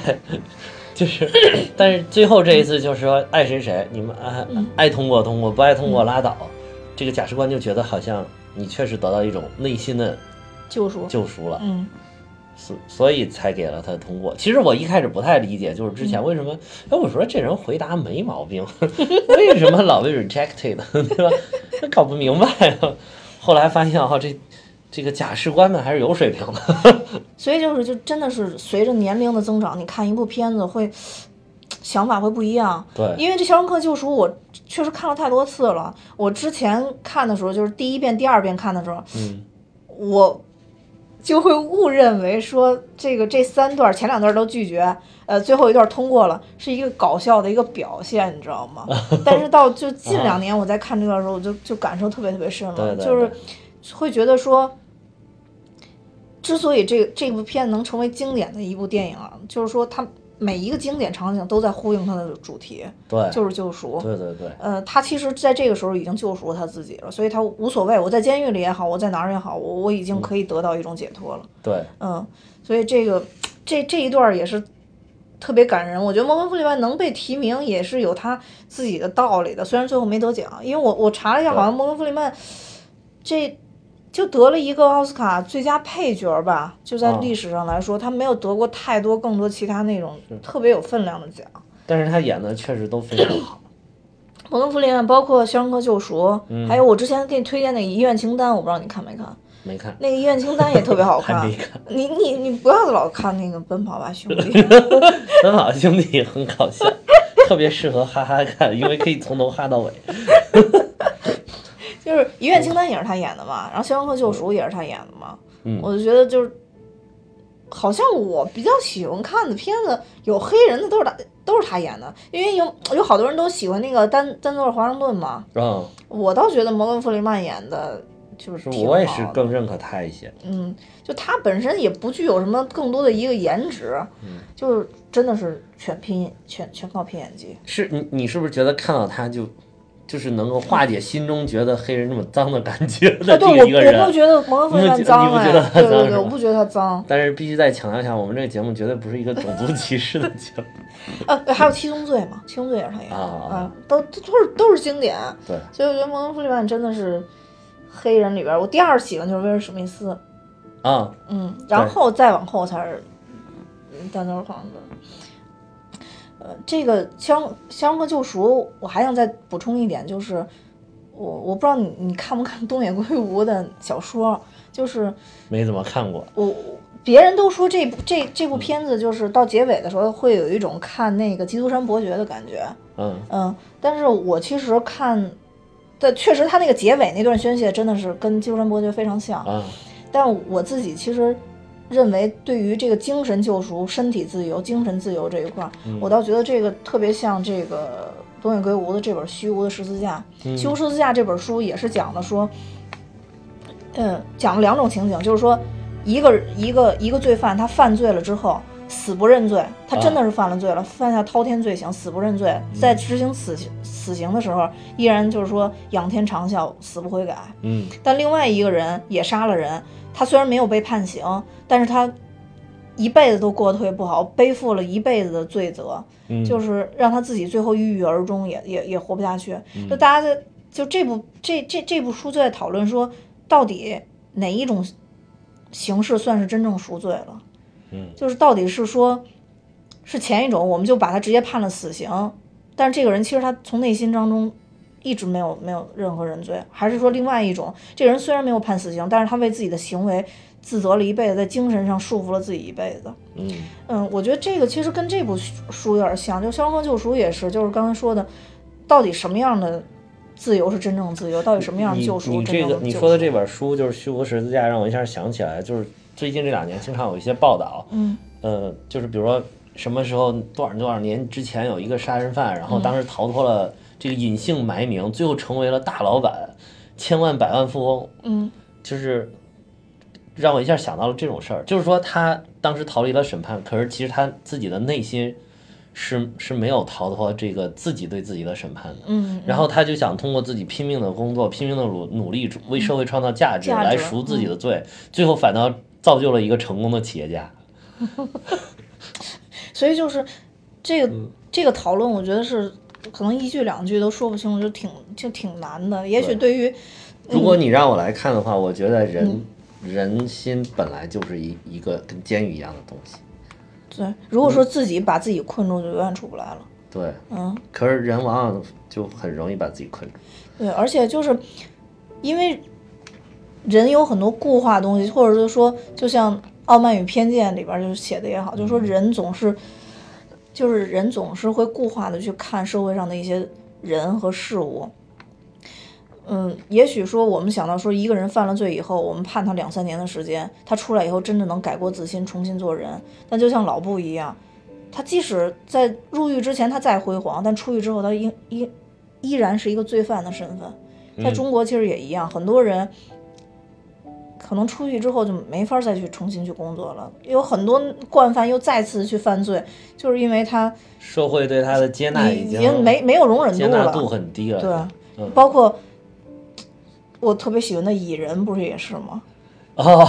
Speaker 2: 就是，但是最后这一次就是说爱谁谁，你们爱爱通过通过，不爱通过拉倒。这个假释官就觉得好像你确实得到一种内心的
Speaker 1: 救赎。
Speaker 2: 救赎了，
Speaker 1: 嗯，
Speaker 2: 所所以才给了他通过。其实我一开始不太理解，就是之
Speaker 1: 嗯
Speaker 2: 前为什么，哎，我说这人回答没毛
Speaker 1: *laughs*
Speaker 2: 病，为什么老被 rejected，对 *laughs* 吧？搞不明白啊。后来发现哦，这这个假释官们还是有水平的。
Speaker 1: 所以就是就真的是随着年龄的增长，你看一部片子会想法会不一样。
Speaker 2: 对，
Speaker 1: 因为这《肖申克救赎》，我确实看了太多次了。我之前看的时候，就是第一遍、第二遍看的时候，
Speaker 2: 嗯，
Speaker 1: 我就会误认为说这个这三段前两段都拒绝，呃，最后一段通过了，是一个搞笑的一个表现，你知道
Speaker 2: *laughs*
Speaker 1: 吗？但是到就近两年我在看这段的时候，我就就感受特别特别深了，
Speaker 2: 对
Speaker 1: 嗯
Speaker 2: 对
Speaker 1: 就是会觉得说。之所以这这部片能成为经典的一部电影啊，就是说它每一个经典场景都在呼应它的主题，
Speaker 2: 对，
Speaker 1: 就是救赎。
Speaker 2: 对对对。
Speaker 1: 呃，他其实在这个时候已经救赎了他自己了，所以他无所谓，我在监狱里也好，我在哪儿也好，我我已
Speaker 2: 嗯
Speaker 1: 经可以得到一种解脱了。
Speaker 2: 对，
Speaker 1: 嗯，所以这个这这一段儿也是特别感人。我觉得摩根·弗里曼能被提名也是有他自己的道理的，虽然最后没得奖，因为我我查了一下，
Speaker 2: 对
Speaker 1: 好像摩根·弗里曼这就得了一个奥斯卡最佳配角儿吧，就在
Speaker 2: 啊
Speaker 1: 历史上来说，他没有得过太多更多其他那种特别有分量的奖。
Speaker 2: 但是他演的确实都非常好。
Speaker 1: 《龙图林暗》，包括《肖申克救赎》还有我之前给你推荐那个《医院清单》，我不知道你看没看。
Speaker 2: 没看，
Speaker 1: 那个《医院清单》也特
Speaker 2: *laughs*
Speaker 1: 别好
Speaker 2: 还
Speaker 1: 看
Speaker 2: 没看。
Speaker 1: 你你你不要老看那个《奔跑吧兄弟》，
Speaker 2: 很好，兄弟很
Speaker 1: *laughs*
Speaker 2: 搞笑，特别适合哈哈看，因为可以从头哈到尾。
Speaker 1: 就是《医院清单》也是他演的嘛，然后《肖申克救赎》也是他演的嘛。
Speaker 2: 嗯
Speaker 1: 我就觉得就是，好像我比较喜欢看的片子有黑人的都是他都是他演的，因为有有好多人都喜欢那个丹丹泽尔华盛顿嘛，
Speaker 2: 嗯，
Speaker 1: 我倒觉得摩根弗里曼演的就是
Speaker 2: 是
Speaker 1: 挺
Speaker 2: 我也
Speaker 1: 好
Speaker 2: 是
Speaker 1: 的
Speaker 2: 更认可他一些。
Speaker 1: 嗯，就他本身也不具有什么更多的一个颜值，
Speaker 2: 嗯
Speaker 1: 就是真的是全拼全全靠拼演技。
Speaker 2: 是你，你是不是觉得看到他就，就是能够化解心中觉得黑人这么脏的感觉
Speaker 1: 啊，
Speaker 2: 的
Speaker 1: 对
Speaker 2: 这
Speaker 1: 我
Speaker 2: 个一
Speaker 1: 我
Speaker 2: 个
Speaker 1: 不
Speaker 2: 人？
Speaker 1: 觉得摩根弗里曼
Speaker 2: 你不觉
Speaker 1: 脏
Speaker 2: 你不
Speaker 1: 哎，
Speaker 2: 觉得他
Speaker 1: 对对
Speaker 2: 脏是
Speaker 1: 对，
Speaker 2: 吗
Speaker 1: 我不觉得他脏。
Speaker 2: 但是必须再强调一下，我们这个节目绝对不是一个种族歧视的节目。
Speaker 1: 呃、还有《七宗罪》嘛，《七宗罪》也是他演的
Speaker 2: 啊
Speaker 1: 啊，都都都是都是经典。
Speaker 2: *laughs* 对，
Speaker 1: 所以我觉得摩根弗里曼真的是黑人里边儿，我第二喜欢就是威尔史密斯，
Speaker 2: 啊，
Speaker 1: 嗯，然后再往后才是嗯丹泽尔华盛顿。呃，这个《肖肖申克救赎》，我还想再补充一点，就是我我不知道你你看不看东野圭吾的小说，就是
Speaker 2: 没怎么看过。
Speaker 1: 我我别人都说这部这这部片子就是到结尾的时候会有一种看那个《基督山伯爵》的感觉，
Speaker 2: 嗯，
Speaker 1: 嗯，但是我其实看，但确实他那个结尾那段宣泄真的是跟《基督山伯爵》非常像。
Speaker 2: 啊，
Speaker 1: 但我自己其实认为，对于这个精神救赎、身体自由、精神自由这一块儿，我倒觉得这个特别像这个东野圭吾的这本《虚无的十字架》。虚无十字架》这本书也是讲的说，嗯，讲了两种情景，就是说一个一个一个罪犯他犯罪了之后。死不认罪，他真的是犯了罪了，犯下滔天罪行，死不认罪，在执行死刑死刑的时候，依然就是说仰天长啸，死不悔改。
Speaker 2: 嗯，
Speaker 1: 但另外一个人也杀了人，他虽然没有被判刑，但是他一辈子都过得特别不好，背负了一辈子的罪责，
Speaker 2: 嗯
Speaker 1: 就是让他自己最后郁郁而终也，也也活不下去。
Speaker 2: 嗯
Speaker 1: 就大家在就这部这这这部书就在讨论说，到底哪一种形式算是真正赎罪了？
Speaker 2: 嗯，
Speaker 1: 就是到底是说，是前一种我们就把他直接判了死刑，但是这个人其实他从内心当中一直没有没有任何认罪，还是说另外一种，这个人虽然没有判死刑，但是他为自己的行为自责了一辈子，在精神上束缚了自己一辈子。
Speaker 2: 嗯，
Speaker 1: 嗯，我觉得这个其实跟这部书有点像，就《肖申克救赎》也是，就是刚才说的，到底什么样的自由是真正自由，到底什么样的
Speaker 2: 你
Speaker 1: 救赎
Speaker 2: 你
Speaker 1: 真
Speaker 2: 这
Speaker 1: 正
Speaker 2: 个
Speaker 1: 的
Speaker 2: 你
Speaker 1: 救
Speaker 2: 说的
Speaker 1: 赎
Speaker 2: 这本书就是《虚无十字架》，让我一下想起来，就是最近这两年经常有一些报道，
Speaker 1: 嗯
Speaker 2: 呃，就是比如说什么时候多少多少年之前有一个杀人犯，然
Speaker 1: 嗯
Speaker 2: 后当时逃脱了这个隐姓埋名，最后成为了大老板、千万百万富翁，
Speaker 1: 嗯
Speaker 2: 就是让我一下想到了这种事儿，就是说他当时逃离了审判，可是其实他自己的内心是是没有逃脱这个自己对自己的审判的。
Speaker 1: 嗯，
Speaker 2: 然后他就想通过自己拼命的工作、拼命的努努力，为社会创造价值
Speaker 1: 价值嗯
Speaker 2: 来赎自己的罪，最后反倒造就了一个成功的企业家。
Speaker 1: 所以就是这
Speaker 2: 嗯
Speaker 1: 个、这个讨论，我觉得是可能一句两句都说不清楚，就挺就挺难的。也许对于
Speaker 2: 如果你让我来看的话，我觉得人、
Speaker 1: 嗯
Speaker 2: 人心本来就是一一个跟监狱一样的东西。
Speaker 1: 对，如果说自己把自己困住，就永远出不来了。
Speaker 2: 对，
Speaker 1: 嗯，
Speaker 2: 可是人往往就很容易把自己困住。
Speaker 1: 对，而且就是因为人有很多固化的东西，或者是说，就像《傲慢与偏见》里边儿就写的也好，就是说人总是，就是人总是会固化的去看社会上的一些人和事物。嗯，也许说我们想到说一个人犯了罪以后，我们判他两三年的时间，他出来以后真的能改过自新，重新做人。但就像老布一样，他即使在入狱之前他再辉煌，但出狱之后他应应依然是一个罪犯的身
Speaker 2: 嗯
Speaker 1: 份。在中国其实也一样，很多人可能出去之后就没法再去重新去工作了，有很多惯犯又再次去犯罪，就是因为他
Speaker 2: 社会对他的接纳
Speaker 1: 已
Speaker 2: 经
Speaker 1: 经没没有容忍
Speaker 2: 接
Speaker 1: 度
Speaker 2: 纳
Speaker 1: 了，
Speaker 2: 度很低了。
Speaker 1: 对，
Speaker 2: 嗯
Speaker 1: 包括我特别喜欢的蚁人不是也是吗？
Speaker 2: 哦，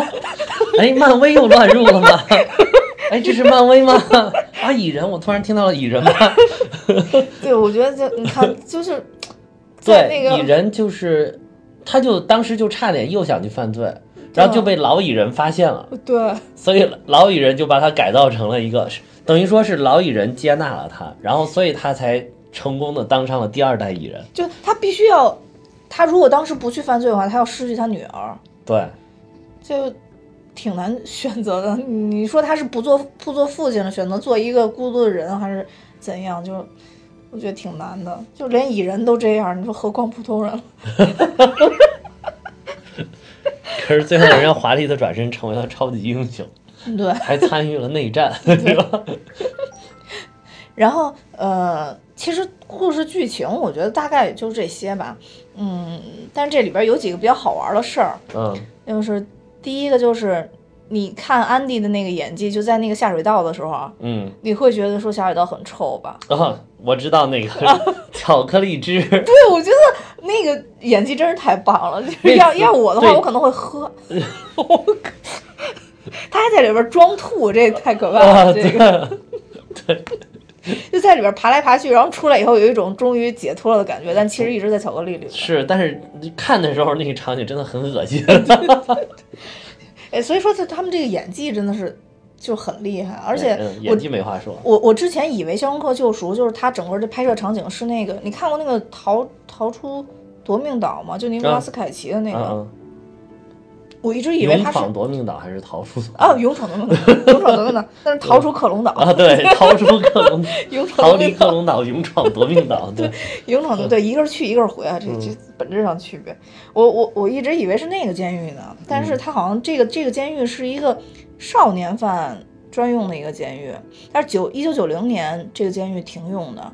Speaker 2: *laughs* 哎，漫威又乱入了吗？ *laughs* 哎，这是漫威吗？ *laughs* 啊，蚁人，我突然听到了蚁人吗？
Speaker 1: 对，我觉得就你看，就是在那
Speaker 2: 对，蚁
Speaker 1: 个
Speaker 2: 人就是，他就当时就差点又想去犯罪，然后就被老蚁人发现了，
Speaker 1: 对
Speaker 2: 所以老蚁人就把他改造成了一个，等于说是老蚁人接纳了他，然后所以他才成功的当上了第二代艺人。
Speaker 1: 就他必须要，他如果当时不去犯罪的话，他要失去他女儿，
Speaker 2: 对，
Speaker 1: 就挺难选择的。 *laughs* 你说他是不做不做父亲了，选择做一个孤独的人，还是怎样？就我觉得挺难的，就连蚁人都这样，你说何况普通人？
Speaker 2: 可是最后人家华丽的转身成为了超级英雄，
Speaker 1: 对。
Speaker 2: 还参与了内战，对吧？
Speaker 1: *laughs* 然后呃，其实故事剧情我觉得大概也就这些吧。嗯，但是这里边有几个比较好玩的事儿，
Speaker 2: 嗯
Speaker 1: 就是第一个就是你看安迪的那个演技，就在那个下水道的时候啊，
Speaker 2: 嗯。
Speaker 1: 你会觉得说下水道很臭吧？
Speaker 2: 啊，我知道
Speaker 1: *laughs*
Speaker 2: 那个巧克力汁，
Speaker 1: 对， *laughs* 我觉得那个演技真是太棒了。就是要
Speaker 2: 那
Speaker 1: 要我的话，
Speaker 2: 对
Speaker 1: 我可能会喝。我靠他还在里边装吐，这太可怕了。
Speaker 2: 啊，
Speaker 1: 这个。
Speaker 2: 对，
Speaker 1: 就在里边爬来爬去，然后出来以后有一种终于解脱了的感觉，但其实一直在巧克力里边。
Speaker 2: 是，但是你看的时候那个场景真的很恶心，
Speaker 1: 哎，所以说他他们这个演技真的是就很厉害， *laughs* 而且
Speaker 2: 嗯
Speaker 1: 我
Speaker 2: 演技没话说，
Speaker 1: 我我之前以为《肖申克救赎》就是他整个这拍摄场景是那个，你看过那个逃逃出夺命岛吗？就尼古拉斯凯奇的那
Speaker 2: 嗯
Speaker 1: 个，
Speaker 2: 嗯，
Speaker 1: 我一直以为
Speaker 2: 勇
Speaker 1: 他是
Speaker 2: 闯夺命岛还是逃出？
Speaker 1: 啊勇闯夺命岛，勇闯夺命岛，但是逃出克隆岛，
Speaker 2: 啊，对，逃出克隆，
Speaker 1: 勇闯
Speaker 2: *laughs* 逃
Speaker 1: 夺
Speaker 2: 离
Speaker 1: 命
Speaker 2: 克
Speaker 1: 岛，
Speaker 2: 隆嗯岛，勇闯夺命岛，对，
Speaker 1: 勇闯夺对，一个是去一个是回啊，这
Speaker 2: 嗯
Speaker 1: 这本质上区别。我我我一直以为是那个监狱呢，但
Speaker 2: 嗯
Speaker 1: 是他好像这个这个监狱是一个少年犯专用的一个监狱，但是九一九九零年这个监狱停用的。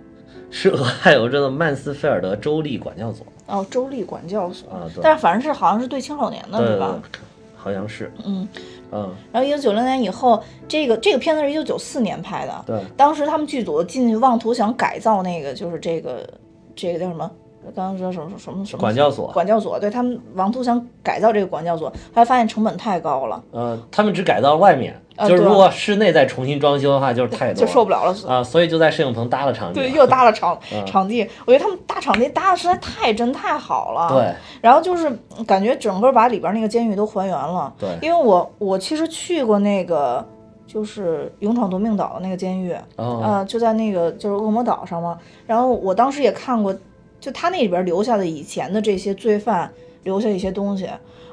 Speaker 2: 是俄亥俄州的曼斯菲尔德州立管教所
Speaker 1: 哦，州立管教所，
Speaker 2: 啊，对，
Speaker 1: 但是反正是好像是对青少年的，
Speaker 2: 对
Speaker 1: 对吧？
Speaker 2: 对好像是，
Speaker 1: 嗯，
Speaker 2: 嗯，
Speaker 1: 然后一九九零年以后，这个这个片子是一九九四年拍的，
Speaker 2: 对，
Speaker 1: 当时他们剧组进去妄图想改造那个，就是这个这个叫什么？我刚刚说什么什么什么
Speaker 2: 管教所
Speaker 1: 管教所，对他们妄图想改造这个管教所，后来发现成本太高了，
Speaker 2: 呃，他们只改到了外面，
Speaker 1: 啊
Speaker 2: 就是
Speaker 1: 对
Speaker 2: 如果室内再重新装修的话，就是太多
Speaker 1: 就受不了了。
Speaker 2: 啊，所以就在摄影棚搭了场景，
Speaker 1: 对，又搭了场、
Speaker 2: 嗯
Speaker 1: 场地，我觉得他们搭场地搭的实在太真太好了。
Speaker 2: 对，
Speaker 1: 然后就是嗯感觉整个把里边那个监狱都还原了。
Speaker 2: 对
Speaker 1: 因为我我其实去过那个就是《勇闯夺命岛》的那个监狱，
Speaker 2: 哦，
Speaker 1: 呃，就在那个就是恶魔岛上嘛。然后我当时也看过，就他那里边留下的以前的这些罪犯留下一些东西，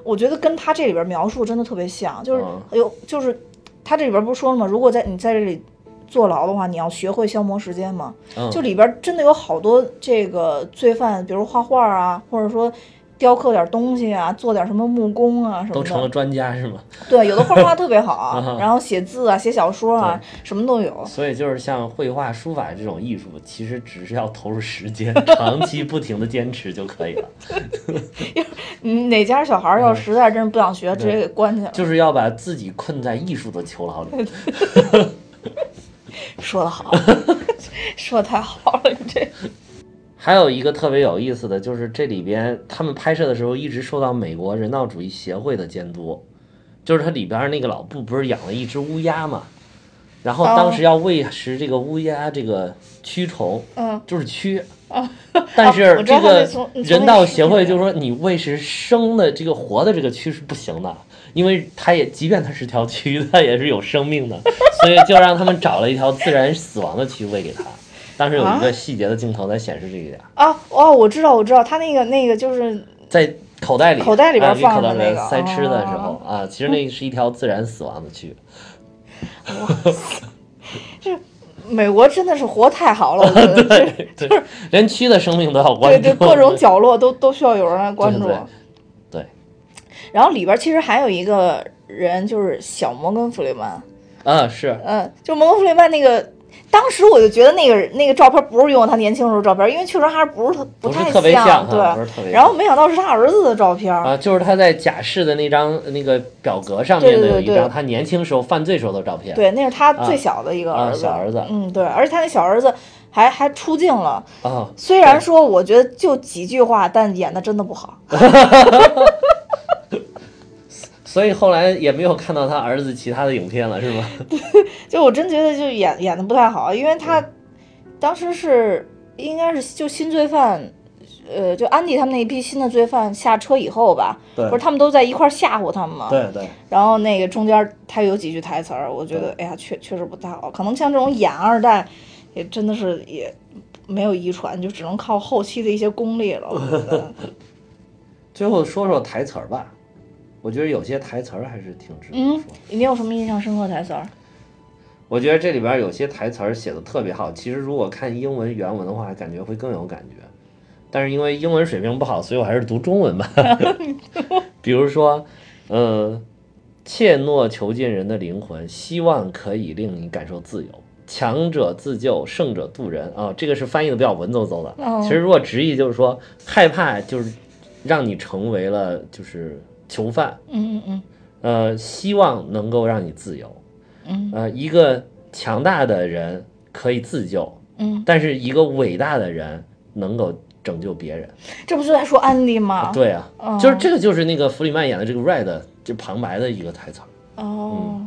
Speaker 1: 我觉得跟他这里边描述真的特别像，就是
Speaker 2: 嗯
Speaker 1: 有、就是他这里边不是说了吗？如果在你在这里坐牢的话，你要学会消磨时间嘛。
Speaker 2: 嗯
Speaker 1: 就里边真的有好多这个罪犯，比如画画啊，或者说。雕刻点东西啊，做点什么木工啊什么的，
Speaker 2: 都成了专家是吗？
Speaker 1: 对，有的画画特别好
Speaker 2: 嗯，
Speaker 1: 然后写字啊、写小说啊，什么都有。
Speaker 2: 所以就是像绘画、书法这种艺术，其实只是要投入时间，长期不停的坚持就可以了。
Speaker 1: 嗯，哪家小孩儿要实在真是不想学，直接给关起来。
Speaker 2: 就是要把自己困在艺术的囚牢里。
Speaker 1: 说的好， *laughs* 说的太好了，你这
Speaker 2: 还有一个特别有意思的就是，这里边他们拍摄的时候一直受到美国人道主义协会的监督，就是它里边那个老布不是养了一只乌鸦嘛，然后当时要喂食这个乌鸦这个蛆虫，
Speaker 1: 嗯哦啊
Speaker 2: 就是蛆。 *laughs* 但
Speaker 1: 我
Speaker 2: 是
Speaker 1: 知
Speaker 2: 这
Speaker 1: 道他
Speaker 2: 个
Speaker 1: 是从从那
Speaker 2: 人道
Speaker 1: 个
Speaker 2: 协会就说，你喂食生的这个活的这个蛆是不行的，因为它也即便它是条蛆，它也是有生
Speaker 1: *laughs*
Speaker 2: 命的，所以就让他们找了一条自然死亡的蛆喂给它。当时有一个细节的镜头在显示这一点，
Speaker 1: 啊哦，我知道，我知道，他那个那个就是
Speaker 2: 在口袋里
Speaker 1: 口袋里边
Speaker 2: 啊给
Speaker 1: 放
Speaker 2: 口
Speaker 1: 的
Speaker 2: 袋里
Speaker 1: 那
Speaker 2: 边
Speaker 1: 个哦
Speaker 2: 塞吃的时候啊，其实那是一条自然死亡的蛆。
Speaker 1: 美国真的是活太好了，我觉得这
Speaker 2: *laughs* 对， *laughs* 连蛆的生命都要
Speaker 1: 对
Speaker 2: 关注
Speaker 1: 对，，各种角落都都需要有人来关注啊
Speaker 2: 对。对对
Speaker 1: 然后里边其实还有一个人，就是小摩根弗里曼，
Speaker 2: *laughs* 啊是
Speaker 1: 嗯，就摩根弗里曼那个。当时我就觉得那个那个照片不是用他年轻时候照片，因为确实还是不是特
Speaker 2: 不是
Speaker 1: 太
Speaker 2: 特别像
Speaker 1: 对
Speaker 2: 哈，不是特别
Speaker 1: 然后没想到是他儿子的照片儿，
Speaker 2: 啊，就是他在假释的那张那个表格上
Speaker 1: 对
Speaker 2: 面的
Speaker 1: 对
Speaker 2: 有一
Speaker 1: 对
Speaker 2: 张他年轻时候犯罪时候的照片。
Speaker 1: 对，那是他最小的一个
Speaker 2: 啊
Speaker 1: 儿子，
Speaker 2: 小儿子
Speaker 1: 嗯，对，而且他那小儿子还还出镜了，
Speaker 2: 啊，
Speaker 1: 虽然说我觉得就几句话，但演的真的不好。 *laughs*
Speaker 2: 所以后来也没有看到他儿子其他的影片了，是吗？
Speaker 1: 就我真觉得就演演的不太好，因为他当时是应该是就新罪犯，呃，就安迪他们那一批新的罪犯下车以后吧，
Speaker 2: 对
Speaker 1: 不是他们都在一块儿吓唬他们嘛，
Speaker 2: *laughs* 对对，
Speaker 1: 然后那个中间他有几句台
Speaker 2: 嗯
Speaker 1: 词儿，我觉得哎呀，确确实不太好。可能像这种演二代，也真的是也没有遗传，就只能靠后期的一些功力了。我觉
Speaker 2: *laughs*
Speaker 1: 得
Speaker 2: 最后说说台词儿吧，我觉得有些台词儿还是挺值得
Speaker 1: 嗯
Speaker 2: 说的。，
Speaker 1: 你有什么印象深刻的台词儿？
Speaker 2: 我觉得这里边有些台词儿写的特别好，其实如果看英文原文的话，感觉会更有感觉。但是因为英文水平不好，所以我还是读中
Speaker 1: *laughs*
Speaker 2: 文吧。比如说，呃，怯懦囚禁人的灵魂，希望可以令你感受自由。强者自救，胜者渡人啊、这个是翻译的比较文绉绉的。
Speaker 1: 哦
Speaker 2: 其实如果直译就是说，害怕就是让你成为了就是囚犯，
Speaker 1: 嗯嗯
Speaker 2: 呃，希望能够让你自由。
Speaker 1: 嗯
Speaker 2: 呃，一个强大的人可以自救，
Speaker 1: 嗯
Speaker 2: 但是一个伟大的人能够拯救别人。
Speaker 1: 嗯，这不就在说安迪吗？
Speaker 2: 对啊，
Speaker 1: 哦
Speaker 2: 就是这个，就是那个弗里曼演的这个 Red 就旁白的一个台词儿。嗯
Speaker 1: 哦，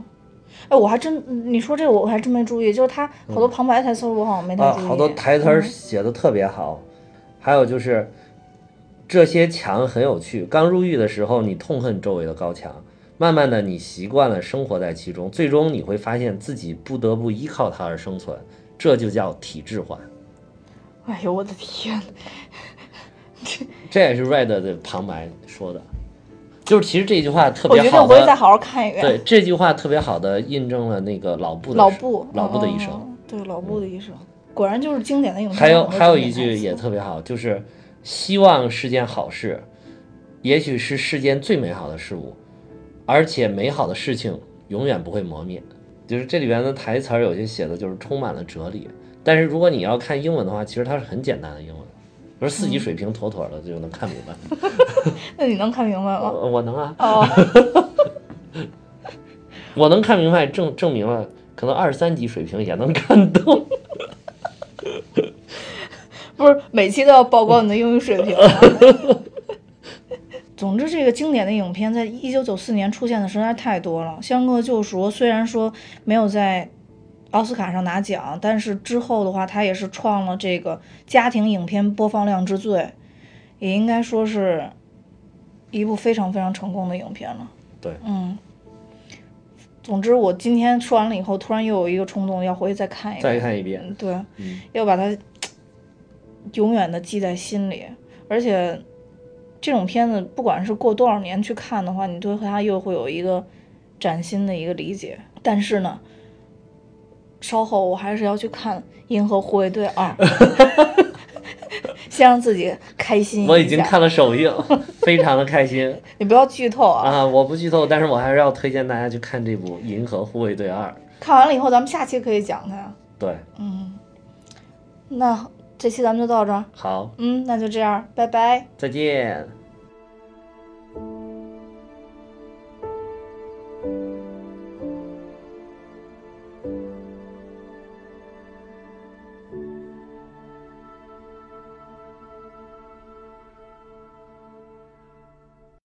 Speaker 1: 哎，我还真你说这个我还真没注意，就是他好多旁白台词儿我好像没太
Speaker 2: 啊，
Speaker 1: 注意。
Speaker 2: 好多台词儿写的特别好，还有就是这些墙很有趣。刚入狱的时候，你痛恨周围的高墙，慢慢的你习惯了生活在其中，最终你会发现自己不得不依靠它而生存，这就叫体制化。
Speaker 1: 哎呦我的天！
Speaker 2: 这也是 Red 的旁白说的，就是其实这句话特
Speaker 1: 我
Speaker 2: 别
Speaker 1: 决定
Speaker 2: 好
Speaker 1: 回去再
Speaker 2: 的，
Speaker 1: 好好看一遍。
Speaker 2: 对这句话特别好的印证了那个老布的
Speaker 1: 老
Speaker 2: 是
Speaker 1: 布，
Speaker 2: 老布的一
Speaker 1: 哦
Speaker 2: 生。，
Speaker 1: 对老布的一生，果然就是经典的影片。
Speaker 2: 还有
Speaker 1: 很多
Speaker 2: 还有
Speaker 1: 经
Speaker 2: 一
Speaker 1: 典台
Speaker 2: 句
Speaker 1: 词
Speaker 2: 也特别好，就是希望是件好事，也许是世间最美好的事物，而且美好的事情永远不会磨灭。就是这里边的台词儿有些写的就是充满了哲理，但是如果你要看英文的话，其实它是很简单的英文，就是四
Speaker 1: 嗯
Speaker 2: 级水平妥妥的就能看明白。
Speaker 1: 那你能看明白吗？
Speaker 2: 我我能啊，
Speaker 1: 哦，
Speaker 2: 我能看明白，证证明了可能二三级水平也能看懂。
Speaker 1: 不是每期都要报告你的英语水平吗。总之，这个经典的影片在一九九四年出现的实在太多了，《肖申克的救赎》虽然说没有在奥斯卡上拿奖，但是之后的话，它也是创了这个家庭影片播放量之最，也应该说是一部非常非常成功的影片了。
Speaker 2: 对，
Speaker 1: 嗯，总之我今天说完了以后，突然又有一个冲动要回去再看一遍，
Speaker 2: 再看一遍，
Speaker 1: 对，
Speaker 2: 嗯
Speaker 1: 要把它永远的记在心里。而且这种片子，不管是过多少年去看的话，你对它又会有一个崭新的一个理解。但是呢，稍后我还是要去看《银河护卫队二》，
Speaker 2: *laughs*
Speaker 1: 先让自己开心一下。
Speaker 2: 我已经看了首 *laughs* 映，非常的开心
Speaker 1: 你不要剧透啊！
Speaker 2: 啊！我不剧透，但是我还是要推荐大家去看这部《银河护卫队二》。
Speaker 1: 看完了以后，咱们下期可以讲它。
Speaker 2: 对，
Speaker 1: 嗯，那这期咱们就到这儿。
Speaker 2: 好，
Speaker 1: 嗯，那就这样，拜拜。
Speaker 2: 再见。